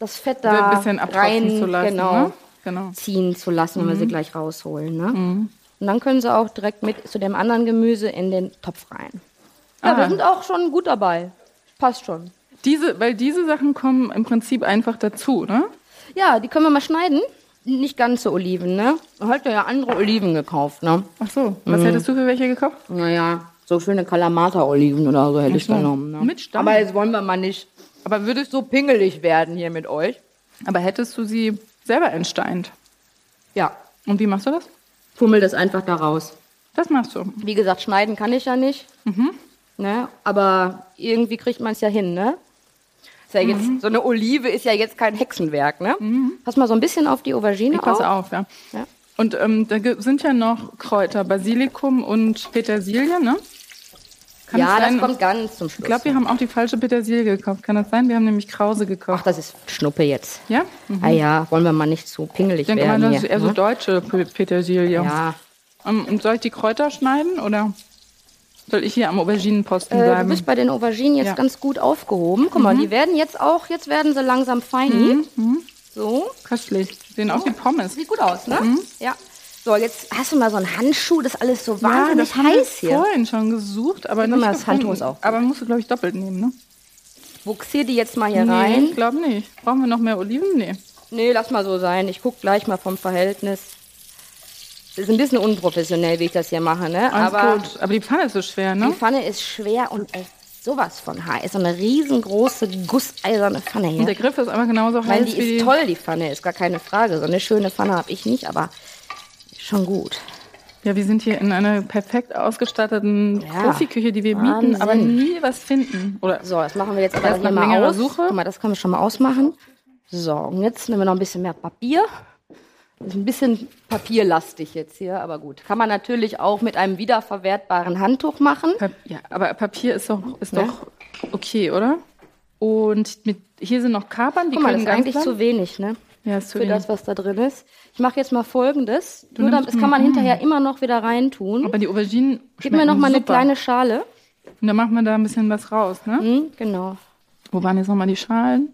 Speaker 1: das Fett da
Speaker 2: ein bisschen abtropfen
Speaker 1: rein
Speaker 2: zu lassen.
Speaker 1: genau,
Speaker 2: Ne? Genau.
Speaker 1: ziehen zu lassen, wenn wir sie gleich rausholen. Ne? Und dann können sie auch direkt mit zu dem anderen Gemüse in den Topf rein. Ja,
Speaker 2: Ah.
Speaker 1: wir sind auch schon gut dabei. Passt schon.
Speaker 2: Diese, weil diese Sachen kommen im Prinzip einfach dazu, ne?
Speaker 1: Ja, die können wir mal schneiden. Nicht ganze Oliven, ne? Heute ja andere Oliven gekauft, ne?
Speaker 2: Ach so. Was hättest du für welche gekauft?
Speaker 1: Naja, so schöne Kalamata-Oliven oder so hätte ich
Speaker 2: so.
Speaker 1: genommen. Ne?
Speaker 2: Mit Stamm.
Speaker 1: Aber jetzt wollen wir mal nicht
Speaker 2: Aber würdest
Speaker 1: so pingelig werden hier mit euch.
Speaker 2: aber hättest du sie selber entsteint?
Speaker 1: Ja,
Speaker 2: Und wie machst du das?
Speaker 1: fummel das einfach da raus.
Speaker 2: Das machst du.
Speaker 1: Wie gesagt, schneiden kann ich ja nicht.
Speaker 2: Mhm.
Speaker 1: Ne? Aber irgendwie kriegt man es ja hin, ne? Ist ja jetzt,
Speaker 2: Mhm.
Speaker 1: So eine Olive ist ja jetzt kein Hexenwerk, ne? Pass mal so ein bisschen auf die Aubergine
Speaker 2: Ich pass
Speaker 1: auf.
Speaker 2: auf, ja.
Speaker 1: Ja.
Speaker 2: Und ähm, da ge- sind ja noch Kräuter, Basilikum und Petersilie, ne? Kann
Speaker 1: Ja,
Speaker 2: es sein?
Speaker 1: das kommt ganz zum Schluss.
Speaker 2: ich glaube, wir haben auch die falsche Petersilie gekauft. Kann das sein? Wir haben nämlich Krause
Speaker 1: Ach,
Speaker 2: gekauft.
Speaker 1: das ist Schnuppe jetzt.
Speaker 2: Ja?
Speaker 1: Ah ja, wollen wir mal nicht zu pingelig
Speaker 2: Ich Mhm. denke mal,
Speaker 1: werden
Speaker 2: das
Speaker 1: hier.
Speaker 2: ist eher so
Speaker 1: ne?
Speaker 2: deutsche Pe- Petersilie.
Speaker 1: ja.
Speaker 2: Ähm, Und soll ich die Kräuter schneiden oder soll ich hier am Auberginenposten
Speaker 1: Äh, du
Speaker 2: bleiben?
Speaker 1: bist bei den Auberginen jetzt
Speaker 2: Ja. Mhm.
Speaker 1: ganz gut aufgehoben. Guck mal, die werden jetzt auch, jetzt werden sie langsam feini. So,
Speaker 2: Köstlich. Sehen aus wie Pommes.
Speaker 1: sieht gut aus, ne?
Speaker 2: Mhm.
Speaker 1: Ja. So, jetzt hast du mal so einen Handschuh, das ist alles so wahnsinnig
Speaker 2: haben wir
Speaker 1: heiß hier.
Speaker 2: vorhin schon gesucht, aber
Speaker 1: Guck
Speaker 2: nicht
Speaker 1: mal, das
Speaker 2: gefunden.
Speaker 1: Handtuch ist auch gut.
Speaker 2: Aber musst du, glaube ich, doppelt nehmen, ne?
Speaker 1: Buxier die jetzt mal hier
Speaker 2: Nee, ich
Speaker 1: rein.
Speaker 2: glaube nicht. Brauchen wir noch mehr Oliven? Nee.
Speaker 1: Nee, lass mal so sein. Ich guck gleich mal vom Verhältnis. Ist ein bisschen unprofessionell, wie ich das hier mache, ne?
Speaker 2: Alles
Speaker 1: Aber
Speaker 2: gut. Aber die Pfanne ist so schwer,
Speaker 1: Die
Speaker 2: ne?
Speaker 1: Pfanne ist schwer und echt sowas von heiß. So eine riesengroße, gusseiserne Pfanne hier.
Speaker 2: Und der Griff ist aber genauso
Speaker 1: Ich meine,
Speaker 2: heiß
Speaker 1: die
Speaker 2: wie
Speaker 1: ist toll, die Pfanne, ist gar keine Frage. So eine schöne Pfanne habe ich nicht, aber schon gut.
Speaker 2: Ja, wir sind hier in einer perfekt ausgestatteten
Speaker 1: Ja.
Speaker 2: Profiküche, die wir
Speaker 1: Wahnsinn.
Speaker 2: bieten, aber nie was finden. Oder
Speaker 1: So, das machen wir jetzt aber
Speaker 2: Erst
Speaker 1: hier
Speaker 2: nach
Speaker 1: mal
Speaker 2: längerer
Speaker 1: aus.
Speaker 2: Suche.
Speaker 1: Guck mal, das können wir schon mal ausmachen. So, und jetzt nehmen wir noch ein bisschen mehr Papier. Ist ein bisschen papierlastig jetzt hier, aber gut. Kann man natürlich auch mit einem wiederverwertbaren Handtuch machen.
Speaker 2: Pap- ja, aber Papier ist doch, ist
Speaker 1: Ja.
Speaker 2: doch okay, oder? Und mit, hier sind noch Kapern, die
Speaker 1: Guck mal, das ist
Speaker 2: können ganz
Speaker 1: eigentlich
Speaker 2: lang-
Speaker 1: zu wenig, ne?
Speaker 2: Ja, ist zu
Speaker 1: für
Speaker 2: wenig.
Speaker 1: das, was da drin ist. Ich mache jetzt mal folgendes. Nur dann,
Speaker 2: nimmst- mhm.
Speaker 1: das kann man hinterher immer noch wieder reintun.
Speaker 2: Aber die Auberginen
Speaker 1: Gib mir noch mal eine
Speaker 2: super.
Speaker 1: kleine Schale.
Speaker 2: Und dann machen wir da ein bisschen was raus, ne?
Speaker 1: Hm, genau.
Speaker 2: Wo waren jetzt nochmal die Schalen?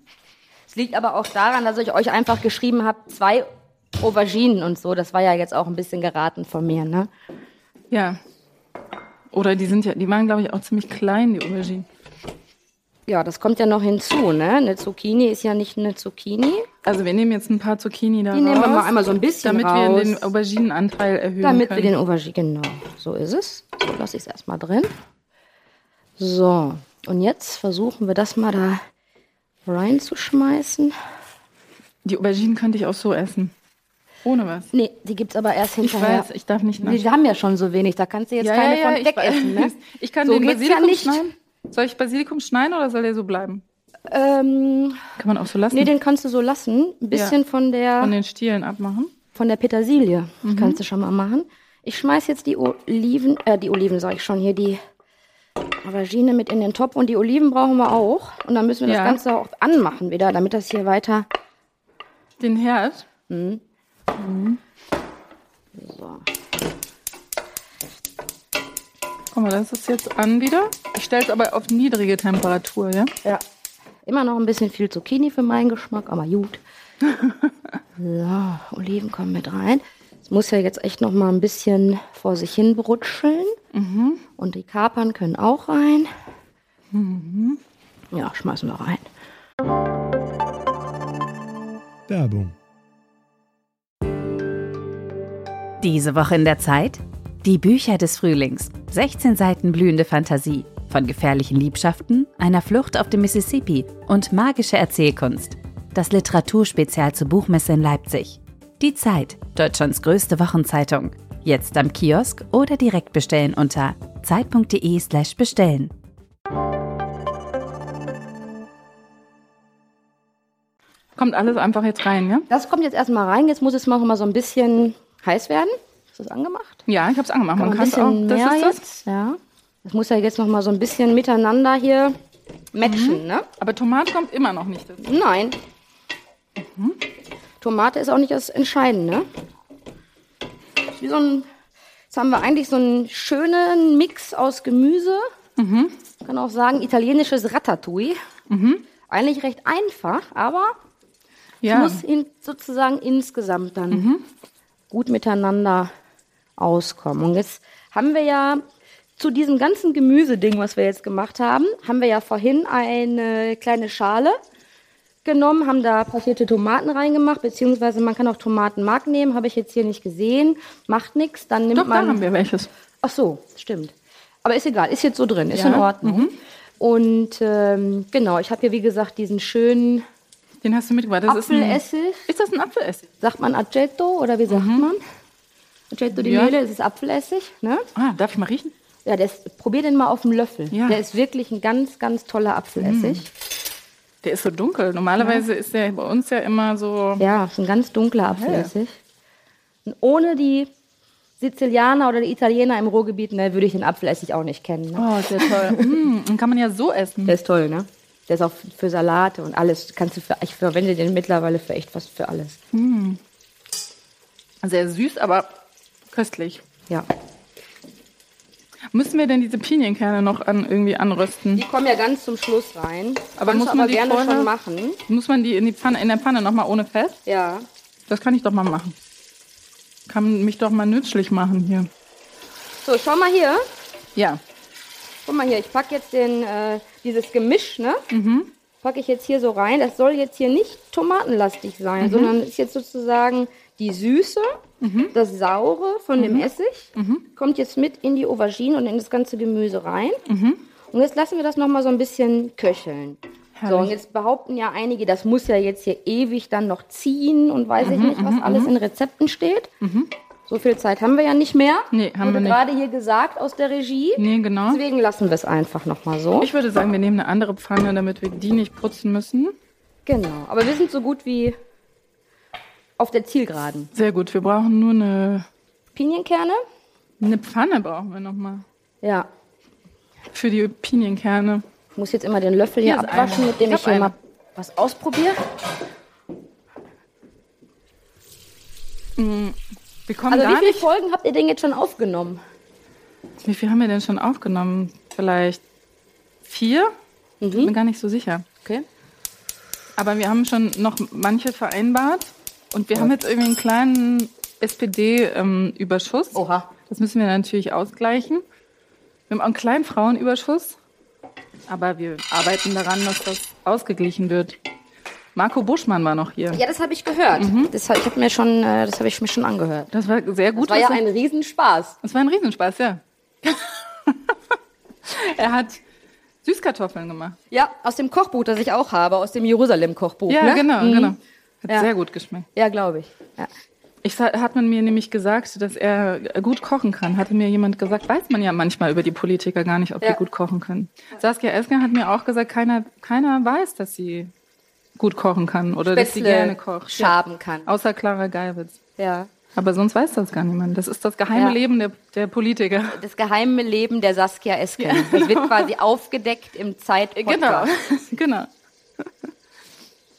Speaker 1: Es liegt aber auch daran, dass ich euch einfach geschrieben habe, zwei Auberginen und so. Das war ja jetzt auch ein bisschen geraten von mir, ne?
Speaker 2: Ja. Oder die sind ja, die waren, glaube ich, auch ziemlich klein, die Auberginen.
Speaker 1: Ja, das kommt ja noch hinzu, ne? Eine Zucchini ist ja nicht eine Zucchini.
Speaker 2: Also wir nehmen jetzt ein paar Zucchini da
Speaker 1: Die
Speaker 2: raus,
Speaker 1: nehmen wir mal einmal so ein bisschen
Speaker 2: damit
Speaker 1: raus.
Speaker 2: wir den Auberginenanteil erhöhen
Speaker 1: damit
Speaker 2: können.
Speaker 1: wir den Aubergine, genau, so ist es. So lasse ich es erstmal drin. So, und jetzt versuchen wir das mal da reinzuschmeißen.
Speaker 2: die Auberginen könnte ich auch so essen. Ohne was.
Speaker 1: Nee, die gibt's aber erst
Speaker 2: Ich
Speaker 1: hinterher.
Speaker 2: weiß, ich darf nicht nach.
Speaker 1: Wir haben ja schon so wenig, da kannst du jetzt keine von wegessen. Ne?
Speaker 2: [LAUGHS] Ich, ich kann
Speaker 1: so
Speaker 2: den
Speaker 1: geht's
Speaker 2: Basilikum
Speaker 1: ja nicht.
Speaker 2: schneiden. Soll ich Basilikum schneiden oder soll der so bleiben?
Speaker 1: Ähm,
Speaker 2: Kann man auch so lassen.
Speaker 1: nee, den kannst du so lassen. Ein bisschen von, der,
Speaker 2: Von
Speaker 1: von,
Speaker 2: den Stielen abmachen.
Speaker 1: der Petersilie
Speaker 2: Mhm.
Speaker 1: kannst du schon mal machen. Ich schmeiß jetzt die Oliven, äh, die Oliven sag ich schon hier, die Aubergine mit in den Topf und die Oliven brauchen wir auch. Und dann müssen wir
Speaker 2: Ja.
Speaker 1: das Ganze auch anmachen wieder, damit das hier weiter. Mhm.
Speaker 2: Den Herd. Mhm.
Speaker 1: So.
Speaker 2: Guck mal, das ist jetzt an wieder. Ich stelle es aber auf niedrige Temperatur, ja?
Speaker 1: Ja. Immer noch ein bisschen viel Zucchini für meinen Geschmack, aber
Speaker 2: [LAUGHS]
Speaker 1: gut. so, Oliven kommen mit rein. Es muss ja jetzt echt noch mal ein bisschen vor sich hin brutscheln.
Speaker 2: Mhm.
Speaker 1: Und die Kapern können auch rein.
Speaker 2: Mhm.
Speaker 1: Ja, schmeißen wir rein.
Speaker 4: Werbung.
Speaker 5: Diese Woche in der Zeit? Die Bücher des Frühlings. 16 Seiten blühende Fantasie. Von gefährlichen Liebschaften, einer Flucht auf dem Mississippi und magische Erzählkunst. Das Literaturspezial zur Buchmesse in Leipzig. Die Zeit, Deutschlands größte Wochenzeitung. Jetzt am Kiosk oder direkt bestellen unter zeit.de/bestellen.
Speaker 2: Kommt alles einfach jetzt rein, ja?
Speaker 1: Das kommt jetzt erstmal rein. Jetzt muss es mal, mal so ein bisschen heiß werden. Ist das angemacht?
Speaker 2: Ja, ich habe es angemacht. Man
Speaker 1: ein
Speaker 2: kann es auch.
Speaker 1: bisschen
Speaker 2: Das
Speaker 1: mehr
Speaker 2: ist das.
Speaker 1: jetzt. Ja. Das muss ja jetzt noch mal so ein bisschen miteinander hier
Speaker 2: Mhm.
Speaker 1: matchen, ne?
Speaker 2: Aber Tomate kommt immer noch nicht dazu.
Speaker 1: Nein. Tomate ist auch nicht das Entscheidende. Ist Wie so ein, jetzt haben wir eigentlich so einen schönen Mix aus Gemüse. Ich kann auch sagen, italienisches Ratatouille. Eigentlich recht einfach, aber es
Speaker 2: Mhm. Ja. Mhm.
Speaker 1: muss in, sozusagen insgesamt dann gut miteinander auskommen. Und jetzt haben wir ja zu diesem ganzen Gemüseding, was wir jetzt gemacht haben, haben wir ja vorhin eine kleine Schale genommen, haben da passierte Tomaten reingemacht, beziehungsweise man kann auch Tomatenmark nehmen, habe ich jetzt hier nicht gesehen, macht nichts, dann nimmt
Speaker 2: Doch, da
Speaker 1: man...
Speaker 2: haben wir welches.
Speaker 1: Ach so, stimmt. Aber ist egal, ist jetzt so drin, ist in Ordnung.
Speaker 2: Mhm.
Speaker 1: Und ähm, genau, ich habe hier wie gesagt diesen schönen
Speaker 2: Den hast du mitgebracht. Das ist ein,
Speaker 1: Apfelessig.
Speaker 2: ist das ein Apfelessig?
Speaker 1: Sagt man Aceto oder wie sagt man? Aceto di
Speaker 2: Mhm. Ja.
Speaker 1: Mele, das ist Apfelessig. Ne?
Speaker 2: Ah, darf ich mal riechen?
Speaker 1: Ja, der ist, probier den mal auf dem Löffel.
Speaker 2: Ja. Mhm.
Speaker 1: Der ist wirklich ein ganz, ganz toller Apfelessig.
Speaker 2: Der ist so dunkel. Normalerweise ist der bei uns ja immer so.
Speaker 1: Ja, ist ein ganz dunkler Apfelessig. Und ohne die Sizilianer oder die Italiener im Ruhrgebiet ne, würde ich den Apfelessig auch nicht kennen. Ne?
Speaker 2: Oh, sehr toll. [LAUGHS] mm, den kann man ja so essen.
Speaker 1: Der ist toll, ne? Der ist auch für Salate und alles. Kannst du für, ich verwende den mittlerweile für echt fast für alles.
Speaker 2: Sehr süß, aber köstlich.
Speaker 1: Ja.
Speaker 2: Müssen wir denn diese Pinienkerne noch an, irgendwie anrösten?
Speaker 1: Die kommen ja ganz zum Schluss rein.
Speaker 2: Aber muss
Speaker 1: du
Speaker 2: man die
Speaker 1: gerne
Speaker 2: vorher-
Speaker 1: schon machen.
Speaker 2: Muss man die in, die Pfanne, in der Pfanne nochmal ohne Fett?
Speaker 1: Ja.
Speaker 2: Das kann ich doch mal machen. Kann mich doch mal nützlich machen hier.
Speaker 1: So, schau mal hier.
Speaker 2: Ja.
Speaker 1: Guck mal hier, ich packe jetzt den, äh, dieses Gemisch, ne?
Speaker 2: Mhm.
Speaker 1: Packe ich jetzt hier so rein. Das soll jetzt hier nicht tomatenlastig
Speaker 2: Mhm.
Speaker 1: sein, sondern ist jetzt sozusagen die Süße, das Saure von
Speaker 2: Mhm.
Speaker 1: dem Essig, kommt jetzt mit in die Aubergine und in das ganze Gemüse rein.
Speaker 2: Mhm.
Speaker 1: Und jetzt lassen wir das nochmal so ein bisschen köcheln. So, und jetzt behaupten ja einige, das muss ja jetzt hier ewig dann noch ziehen und weiß
Speaker 2: Mhm,
Speaker 1: ich nicht, was alles in Rezepten steht. So viel Zeit haben wir ja nicht mehr.
Speaker 2: Nee, haben
Speaker 1: Wurde
Speaker 2: wir nicht.
Speaker 1: gerade hier gesagt aus der Regie.
Speaker 2: Nee, genau.
Speaker 1: Deswegen lassen wir es einfach nochmal so.
Speaker 2: Ich würde sagen, wir nehmen eine andere Pfanne, damit wir die nicht putzen müssen.
Speaker 1: Genau. Aber wir sind so gut wie auf der Zielgeraden.
Speaker 2: Sehr gut. Wir brauchen nur eine,
Speaker 1: Pinienkerne?
Speaker 2: eine Pfanne brauchen wir nochmal.
Speaker 1: Ja.
Speaker 2: Für die Pinienkerne.
Speaker 1: Ich muss jetzt immer den Löffel hier,
Speaker 2: Hier ist
Speaker 1: abwaschen,
Speaker 2: eine.
Speaker 1: mit dem
Speaker 2: Ich
Speaker 1: ich,
Speaker 2: hab
Speaker 1: hier
Speaker 2: eine.
Speaker 1: mal was ausprobiere.
Speaker 2: Wir kommen
Speaker 1: Also
Speaker 2: gar
Speaker 1: wie viele
Speaker 2: nicht.
Speaker 1: Folgen habt ihr denn jetzt schon aufgenommen?
Speaker 2: Wie viel haben wir denn schon aufgenommen? Vielleicht vier? Ich bin mir gar nicht so sicher.
Speaker 1: Mhm. Okay.
Speaker 2: Aber wir haben schon noch manche vereinbart. Und wir haben jetzt irgendwie einen kleinen ähm, SPD-Überschuss.
Speaker 1: Oha.
Speaker 2: Das müssen wir natürlich ausgleichen. Wir haben auch einen kleinen Frauenüberschuss. Aber wir arbeiten daran, dass das ausgeglichen wird. Marco Buschmann war noch hier.
Speaker 1: Ja, das habe ich gehört. Das, hab- ich hab mir schon, äh, das habe ich mir schon angehört.
Speaker 2: Das war sehr gut.
Speaker 1: Mhm. Das war ja
Speaker 2: was er-
Speaker 1: ein Riesenspaß.
Speaker 2: das war ein Riesenspaß, ja. [LAUGHS] er hat Süßkartoffeln gemacht.
Speaker 1: Ja, aus dem Kochbuch, das ich auch habe, aus dem Jerusalem-Kochbuch.
Speaker 2: Ja,
Speaker 1: ne?
Speaker 2: genau,
Speaker 1: Mhm.
Speaker 2: genau. Hat
Speaker 1: Ja.
Speaker 2: sehr gut geschmeckt.
Speaker 1: Ja, glaube ich. Ja.
Speaker 2: Ich sa- hat man mir nämlich gesagt, dass er gut kochen kann. Hatte mir jemand gesagt, weiß man ja manchmal über die Politiker gar nicht, ob
Speaker 1: Ja.
Speaker 2: die gut kochen können. Saskia Esken hat mir auch gesagt, keiner, keiner weiß, dass sie gut kochen kann oder dass sie
Speaker 1: Spätzle
Speaker 2: gerne kocht.
Speaker 1: schaben kann.
Speaker 2: Außer Clara Geiwitz.
Speaker 1: Ja.
Speaker 2: Aber sonst weiß das gar niemand. Das ist das geheime
Speaker 1: Ja.
Speaker 2: Leben der, der Politiker.
Speaker 1: Das geheime Leben der Saskia Esken. Das wird quasi aufgedeckt im zeit
Speaker 2: Genau, [LAUGHS] genau.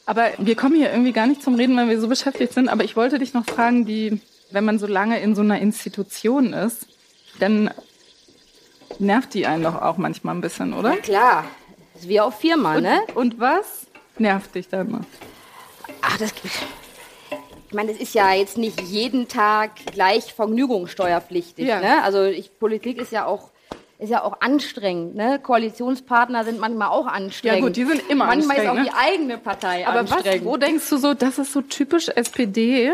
Speaker 2: Aber wir kommen hier irgendwie gar nicht zum Reden, weil wir so beschäftigt sind. Aber ich wollte dich noch fragen, die, wenn man so lange in so einer Institution ist, dann nervt die einen doch auch manchmal ein bisschen, oder?
Speaker 1: Klar. Das ist wie auf Firma, ne?
Speaker 2: Und was nervt dich da immer?
Speaker 1: Ach, das. Ich meine, es ist ja jetzt nicht jeden Tag gleich vergnügungssteuerpflichtig.
Speaker 2: Ja.
Speaker 1: Ne? Also ich, Politik ist ja auch ist ja auch anstrengend. Ne? Koalitionspartner sind manchmal auch anstrengend.
Speaker 2: Ja, gut, die sind immer
Speaker 1: manchmal
Speaker 2: anstrengend, ne?
Speaker 1: ist auch die eigene Partei
Speaker 2: Aber was,
Speaker 1: anstrengend.
Speaker 2: wo denkst du so, das ist so typisch SPD?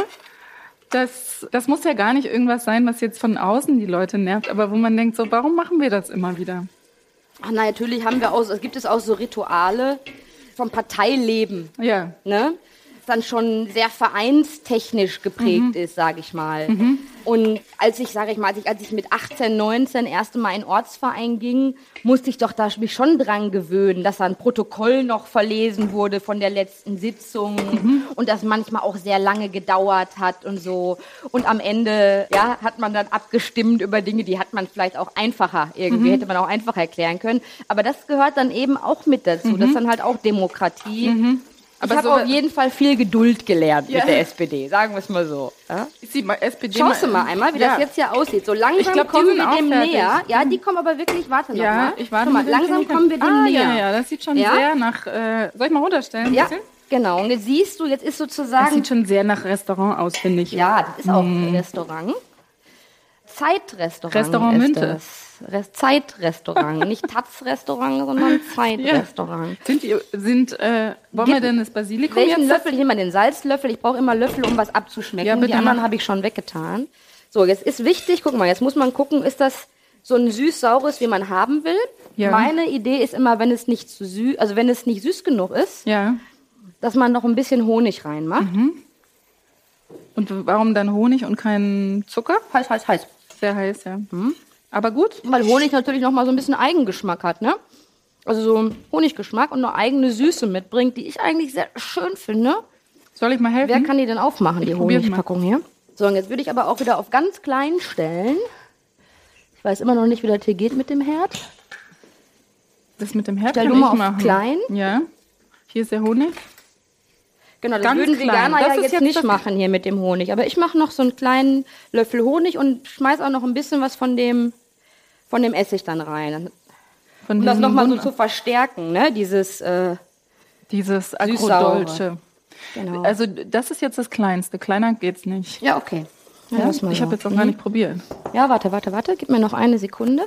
Speaker 2: Das, das muss ja gar nicht irgendwas sein, was jetzt von außen die Leute nervt, aber wo man denkt, so, warum machen wir das immer wieder?
Speaker 1: Ach, na, natürlich haben wir auch, es gibt es auch so Rituale vom Parteileben.
Speaker 2: Ja,
Speaker 1: Ne? dann schon sehr vereinstechnisch geprägt ist, sage ich mal. Und als ich, sage ich mal, als ich, als ich mit 18, 19 erst mal in den Ortsverein ging, musste ich doch da mich schon dran gewöhnen, dass da ein Protokoll noch verlesen wurde von der letzten Sitzung und das manchmal auch sehr lange gedauert hat und so. Und am Ende, ja, hat man dann abgestimmt über Dinge, die hat man vielleicht auch einfacher irgendwie, hätte man auch einfacher erklären können. Aber das gehört dann eben auch mit dazu. Das ist dann halt auch Demokratie
Speaker 3: Aber
Speaker 1: ich habe
Speaker 3: so-
Speaker 1: auf jeden Fall viel Geduld gelernt
Speaker 3: Ja.
Speaker 1: mit der SPD, sagen wir es mal so. Ja?
Speaker 3: Ich sehe mal SPD.
Speaker 1: Schaust du mal einmal, wie
Speaker 3: ja.
Speaker 1: das jetzt hier aussieht. So langsam
Speaker 3: Ich glaub, die
Speaker 1: kommen
Speaker 3: sind
Speaker 1: wir
Speaker 3: auch
Speaker 1: dem
Speaker 3: fertig.
Speaker 1: näher. Ja, die kommen aber wirklich, warte noch
Speaker 3: Ja,
Speaker 1: mal.
Speaker 3: ich warte
Speaker 1: Guck ne? mal.
Speaker 3: mit dem
Speaker 1: Langsam
Speaker 3: Kindergarten.
Speaker 1: kommen wir dem
Speaker 3: ah,
Speaker 1: näher.
Speaker 3: Ja, ja, das sieht schon
Speaker 1: Ja?
Speaker 3: sehr nach. Äh, soll ich mal runterstellen? ein
Speaker 1: Ja,
Speaker 3: bisschen?
Speaker 1: genau. Und jetzt siehst du, jetzt ist
Speaker 3: Das
Speaker 1: sozusagen,
Speaker 3: sieht schon sehr nach Restaurant aus, finde ich.
Speaker 1: ja, das ist auch ein Restaurant. Zeitrestaurant
Speaker 3: Restaurant
Speaker 1: ist
Speaker 3: Münte.
Speaker 1: das. Res- Zeitrestaurant, nicht Taz-Restaurant,
Speaker 3: [LAUGHS]
Speaker 1: sondern Zeitrestaurant.
Speaker 3: Sind, die, sind äh, wollen wir
Speaker 1: Gib-
Speaker 3: denn das Basilikum
Speaker 1: Welchen
Speaker 3: jetzt?
Speaker 1: Löffel? Hier mal den Salzlöffel. Ich brauche immer Löffel, um was abzuschmecken.
Speaker 3: Ja, bitte
Speaker 1: Die anderen
Speaker 3: mach.
Speaker 1: habe ich schon weggetan. So, jetzt ist wichtig, guck mal, jetzt muss man gucken, ist das so ein süß-saures, wie man haben will?
Speaker 3: Ja.
Speaker 1: Meine Idee ist immer, wenn es nicht zu süß, also wenn es nicht süß genug ist,
Speaker 3: Ja.
Speaker 1: dass man noch ein bisschen Honig reinmacht.
Speaker 3: Mhm. Und warum dann Honig und kein Zucker?
Speaker 1: Heiß, heiß, heiß. Mhm.
Speaker 3: Sehr heiß, ja. Aber gut.
Speaker 1: Weil Honig natürlich noch mal so ein bisschen Eigengeschmack hat, ne? Also so einen Honiggeschmack und eine eigene Süße mitbringt, die ich eigentlich sehr schön finde.
Speaker 3: Soll ich mal helfen?
Speaker 1: Wer kann die denn aufmachen, die
Speaker 3: probier's mal.
Speaker 1: Honigpackung hier? So, und jetzt würde ich aber auch wieder auf ganz klein stellen. Ich weiß immer noch nicht, wie das hier geht mit dem Herd.
Speaker 3: das mit dem Herd
Speaker 1: Stell
Speaker 3: kann
Speaker 1: du mal
Speaker 3: ich
Speaker 1: auf
Speaker 3: machen.
Speaker 1: klein.
Speaker 3: Ja. Hier ist der Honig.
Speaker 1: Genau, das
Speaker 3: Ganz
Speaker 1: würden
Speaker 3: klein.
Speaker 1: Veganer
Speaker 3: Das
Speaker 1: ja
Speaker 3: ist
Speaker 1: jetzt,
Speaker 3: jetzt
Speaker 1: nicht
Speaker 3: das-
Speaker 1: machen hier mit dem Honig. Aber ich mache noch so einen kleinen Löffel Honig und schmeiß auch noch ein bisschen was von dem, von dem Essig dann rein.
Speaker 3: Von
Speaker 1: Um das
Speaker 3: diesem
Speaker 1: nochmal so
Speaker 3: Mhm. Wund-
Speaker 1: zu verstärken, ne? Dieses, äh,
Speaker 3: Dieses
Speaker 1: Süß-saure.
Speaker 3: Agrodolce.
Speaker 1: genau.
Speaker 3: Also das ist jetzt das Kleinste. Kleiner geht's nicht.
Speaker 1: ja, okay. Ja,
Speaker 3: Ja?
Speaker 1: lass mal
Speaker 3: Ich
Speaker 1: so.
Speaker 3: habe jetzt auch gar nicht probiert.
Speaker 1: Ja, warte, warte, warte. Gib mir noch eine Sekunde.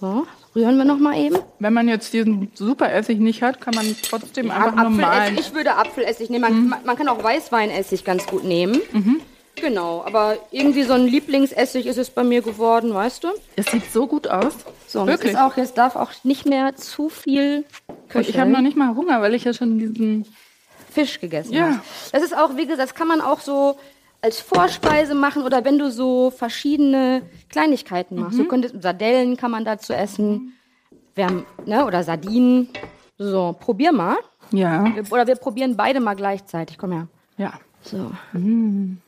Speaker 1: So, rühren wir noch mal eben.
Speaker 3: Wenn man jetzt diesen Superessig nicht hat, kann man trotzdem einfach Mhm.
Speaker 1: Apfelessig-
Speaker 3: normal.
Speaker 1: Ich würde Apfelessig nehmen. Man, man- man kann auch Weißweinessig ganz gut nehmen.
Speaker 3: Mhm.
Speaker 1: Genau, aber irgendwie so ein Lieblingsessig ist es bei mir geworden, weißt du?
Speaker 3: Es sieht so gut aus.
Speaker 1: So, und
Speaker 3: Wirklich.
Speaker 1: es ist auch, jetzt darf auch nicht mehr zu viel
Speaker 3: Und ich
Speaker 1: köcheln.
Speaker 3: habe noch nicht mal Hunger, weil ich ja schon diesen.
Speaker 1: Fisch gegessen
Speaker 3: Ja.
Speaker 1: hast. Das ist auch, wie gesagt, das kann man auch so als Vorspeise machen oder wenn du so verschiedene Kleinigkeiten machst.
Speaker 3: Mhm.
Speaker 1: Du könntest Sardellen kann man dazu essen. Wir haben, ne, oder Sardinen. So, probier mal.
Speaker 3: Ja.
Speaker 1: Wir, oder wir probieren beide mal gleichzeitig. Komm her.
Speaker 3: Ja.
Speaker 1: So,
Speaker 3: Und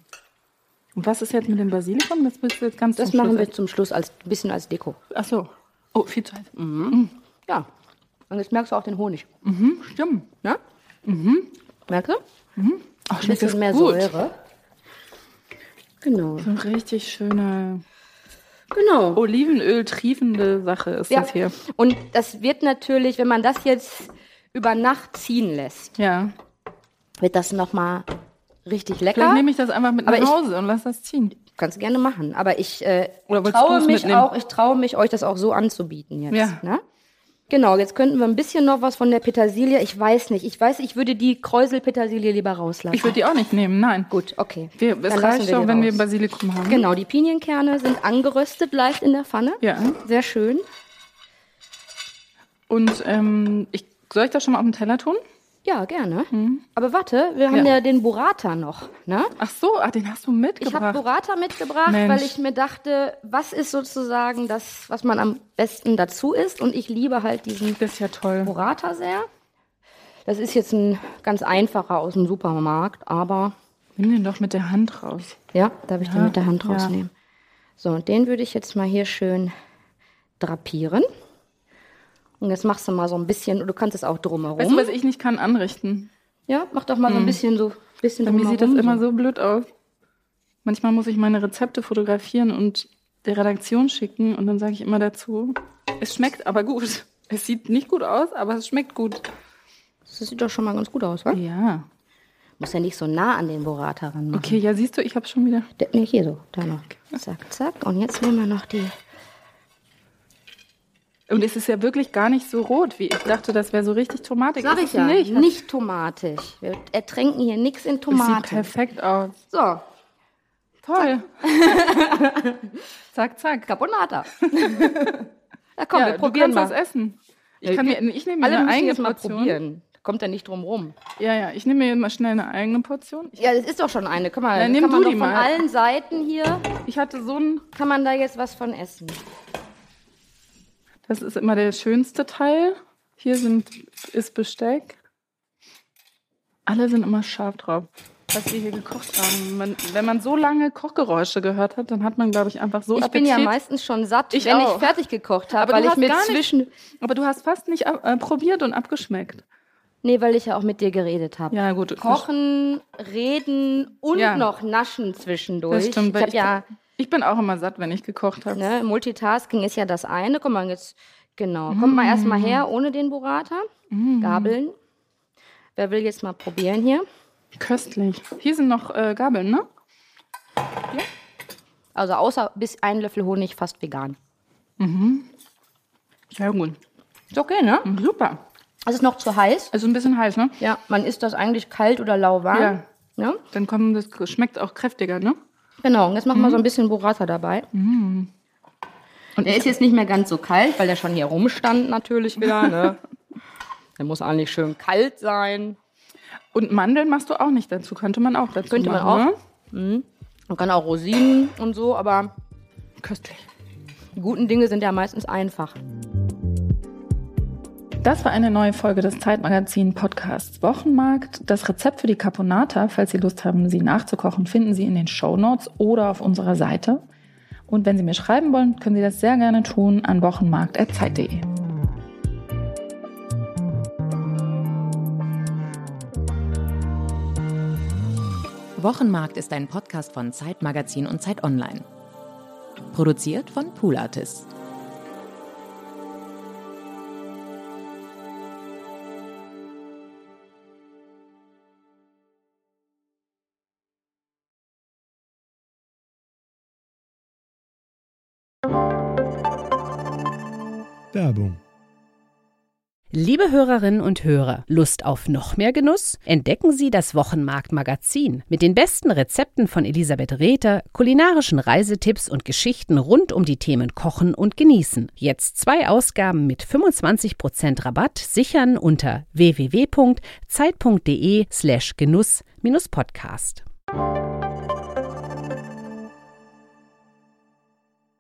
Speaker 3: was ist jetzt mit dem Basilikum? Das bist du jetzt ganz
Speaker 1: das
Speaker 3: zum
Speaker 1: machen
Speaker 3: Schluss.
Speaker 1: wir zum Schluss als ein bisschen als Deko.
Speaker 3: Ach so. Oh, viel Zeit.
Speaker 1: Ja. Und jetzt merkst du auch den Honig.
Speaker 3: Stimmt.
Speaker 1: Ne? Merkst du?
Speaker 3: Ach,
Speaker 1: Ein
Speaker 3: schmeckt das
Speaker 1: bisschen mehr
Speaker 3: gut.
Speaker 1: Säure. Genau.
Speaker 3: So eine richtig schöne
Speaker 1: Genau.
Speaker 3: Olivenöl triefende Sache ist das hier.
Speaker 1: Und das wird natürlich, wenn man das jetzt über Nacht ziehen lässt,
Speaker 3: Ja.
Speaker 1: wird das nochmal richtig
Speaker 3: Vielleicht
Speaker 1: lecker.
Speaker 3: nehme ich das einfach mit
Speaker 1: Aber
Speaker 3: nach
Speaker 1: ich-
Speaker 3: Hause und lass das ziehen.
Speaker 1: Kannst du gerne machen. Aber ich, äh,
Speaker 3: Oder wolltest
Speaker 1: traue
Speaker 3: du's
Speaker 1: mich
Speaker 3: mitnehmen?
Speaker 1: auch, ich traue mich, euch das auch so anzubieten jetzt.
Speaker 3: Ja.
Speaker 1: Ne? Genau, jetzt könnten wir ein bisschen noch was von der Petersilie. Ich weiß nicht. Ich weiß, ich würde die Kräuselpetersilie lieber rauslassen.
Speaker 3: Ich würde die auch nicht nehmen, nein.
Speaker 1: Gut, okay.
Speaker 3: Wir, es
Speaker 1: Dann
Speaker 3: reicht
Speaker 1: lassen wir
Speaker 3: doch,
Speaker 1: die
Speaker 3: wenn wir
Speaker 1: raus.
Speaker 3: Basilikum haben.
Speaker 1: Genau, die Pinienkerne sind angeröstet leicht in der Pfanne.
Speaker 3: Ja.
Speaker 1: Sehr schön.
Speaker 3: Und ähm, ich, soll ich das schon mal auf den Teller tun?
Speaker 1: Ja, gerne. Aber warte, wir haben
Speaker 3: Mhm. Ja.
Speaker 1: ja, den Burrata noch, ne?
Speaker 3: Ach so, ah, den hast du
Speaker 1: Ich habe
Speaker 3: mitgebracht.
Speaker 1: Burrata mitgebracht,
Speaker 3: Mensch.
Speaker 1: weil ich mir dachte, was ist sozusagen das, was man am besten dazu isst. Und ich liebe halt diesen
Speaker 3: das ist ja toll.
Speaker 1: Burrata sehr. Das ist jetzt ein ganz einfacher aus dem Supermarkt, aber
Speaker 3: Nimm den doch mit der Hand raus.
Speaker 1: ja, darf ich den mit der Hand
Speaker 3: ja.
Speaker 1: rausnehmen. So, und den würde ich jetzt mal hier schön drapieren. Und jetzt machst du mal so ein bisschen, du kannst es auch drumherum.
Speaker 3: Weißt du, was ich nicht kann anrichten?
Speaker 1: ja, mach doch mal so ein bisschen so, bisschen
Speaker 3: Bei mir sieht das
Speaker 1: drumherum.
Speaker 3: immer so blöd aus. Manchmal muss ich meine Rezepte fotografieren und der Redaktion schicken und dann sage ich immer dazu, es schmeckt aber gut. Es sieht nicht gut aus, aber es schmeckt gut.
Speaker 1: Das sieht doch schon mal ganz gut aus, oder?
Speaker 3: Ja.
Speaker 1: Muss ja nicht so nah an den Burrata ran machen.
Speaker 3: Okay, ja, siehst du, ich habe schon wieder.
Speaker 1: Der, nee, hier so, da noch. Zack, zack. Und jetzt nehmen wir noch die.
Speaker 3: Und es ist ja wirklich gar nicht so rot, wie ich dachte, das wäre so richtig tomatig. Ist
Speaker 1: nicht.
Speaker 3: es Nicht.
Speaker 1: Nicht tomatisch. Wir ertränken hier nichts in
Speaker 3: Es sieht halt-
Speaker 1: Tomate.
Speaker 3: perfekt aus.
Speaker 1: So,
Speaker 3: Toll.
Speaker 1: [LAUGHS]
Speaker 3: zack, zack. [LAUGHS]
Speaker 1: Carbonata. ja, komm,
Speaker 3: Ja,
Speaker 1: wir probieren
Speaker 3: du
Speaker 1: mal.
Speaker 3: kannst was essen. Ich, kann mir, ich nehme mir
Speaker 1: Alle
Speaker 3: eine
Speaker 1: müssen
Speaker 3: eigene
Speaker 1: jetzt mal
Speaker 3: Portion.
Speaker 1: probieren. Kommt er nicht drum rum.
Speaker 3: Ja, ja, ich nehme mir jetzt mal schnell eine eigene Portion. Ich,
Speaker 1: Ja, das ist doch schon eine. Guck mal,
Speaker 3: Dann nimm
Speaker 1: kann man
Speaker 3: du
Speaker 1: doch
Speaker 3: die
Speaker 1: von
Speaker 3: mal.
Speaker 1: allen Seiten hier,
Speaker 3: ich hatte so ein,
Speaker 1: kann man da jetzt was von essen.
Speaker 3: das ist immer der schönste Teil. Hier sind, ist Besteck. Alle sind immer scharf drauf, was wir hier gekocht haben. Man, wenn man so lange Kochgeräusche gehört hat, dann hat man, glaube ich, einfach so
Speaker 1: Ich bin ja
Speaker 3: Appetit.
Speaker 1: meistens schon satt,
Speaker 3: Ich
Speaker 1: wenn
Speaker 3: auch.
Speaker 1: ich fertig gekocht
Speaker 3: Aber
Speaker 1: habe,
Speaker 3: du
Speaker 1: weil ich
Speaker 3: hast
Speaker 1: mir
Speaker 3: gar nicht-
Speaker 1: zwischen...
Speaker 3: Aber du hast fast nicht ab, äh, probiert und abgeschmeckt.
Speaker 1: Nee, weil ich ja auch mit dir geredet habe.
Speaker 3: Ja, gut.
Speaker 1: Kochen, reden und
Speaker 3: Ja.
Speaker 1: noch naschen zwischendurch.
Speaker 3: Das stimmt,
Speaker 1: ich
Speaker 3: weil
Speaker 1: habe
Speaker 3: ich-
Speaker 1: ja,
Speaker 3: Ich bin auch immer satt, wenn ich gekocht habe.
Speaker 1: ne, Multitasking ist ja das eine. Guck mal, jetzt, genau.
Speaker 3: Mhm.
Speaker 1: Kommt mal erstmal her, ohne den Burrata. Gabeln. Wer will jetzt mal probieren hier?
Speaker 3: Köstlich. Hier sind noch äh, Gabeln, ne?
Speaker 1: Also außer bis ein Löffel Honig fast vegan.
Speaker 3: Ja, Mhm. gut. Mhm.
Speaker 1: Ist okay, ne?
Speaker 3: Super.
Speaker 1: Es ist noch zu heiß.
Speaker 3: Also ein bisschen heiß, ne?
Speaker 1: Ja, man isst das eigentlich kalt oder lauwarm. Ja. Ne?
Speaker 3: Dann kommt das schmeckt auch kräftiger, ne?
Speaker 1: Genau, und jetzt machen wir
Speaker 3: Mhm.
Speaker 1: so ein bisschen Burrata dabei. Und der ist jetzt nicht mehr ganz so kalt, weil der schon hier rumstand natürlich wieder. Ne?
Speaker 3: [LAUGHS]
Speaker 1: der muss eigentlich schön kalt sein.
Speaker 3: Und Mandeln machst du auch nicht dazu. Könnte man auch dazu
Speaker 1: Könnte man
Speaker 3: machen.
Speaker 1: auch. Mhm. Man kann auch Rosinen und so, aber
Speaker 3: Ne? Köstlich.
Speaker 1: die guten Dinge sind ja meistens einfach.
Speaker 2: Das war eine neue Folge des Zeitmagazin Podcasts Wochenmarkt. Das Rezept für die Caponata, falls Sie Lust haben, sie nachzukochen, finden Sie in den Show Notes oder auf unserer Seite. Und wenn Sie mir schreiben wollen, können Sie das sehr gerne tun an wochenmarkt.zeit.de.
Speaker 5: Wochenmarkt ist ein Podcast von Zeitmagazin und Zeit Online. Produziert von Pool Artists.
Speaker 4: Werbung.
Speaker 6: Liebe Hörerinnen und Hörer, Lust auf noch mehr Genuss? Entdecken Sie das Wochenmarkt-Magazin mit den besten Rezepten von Elisabeth Rether, kulinarischen Reisetipps und Geschichten rund um die Themen Kochen und Genießen. Jetzt zwei Ausgaben mit 25% Rabatt sichern unter www.zeit.de/genuss-podcast.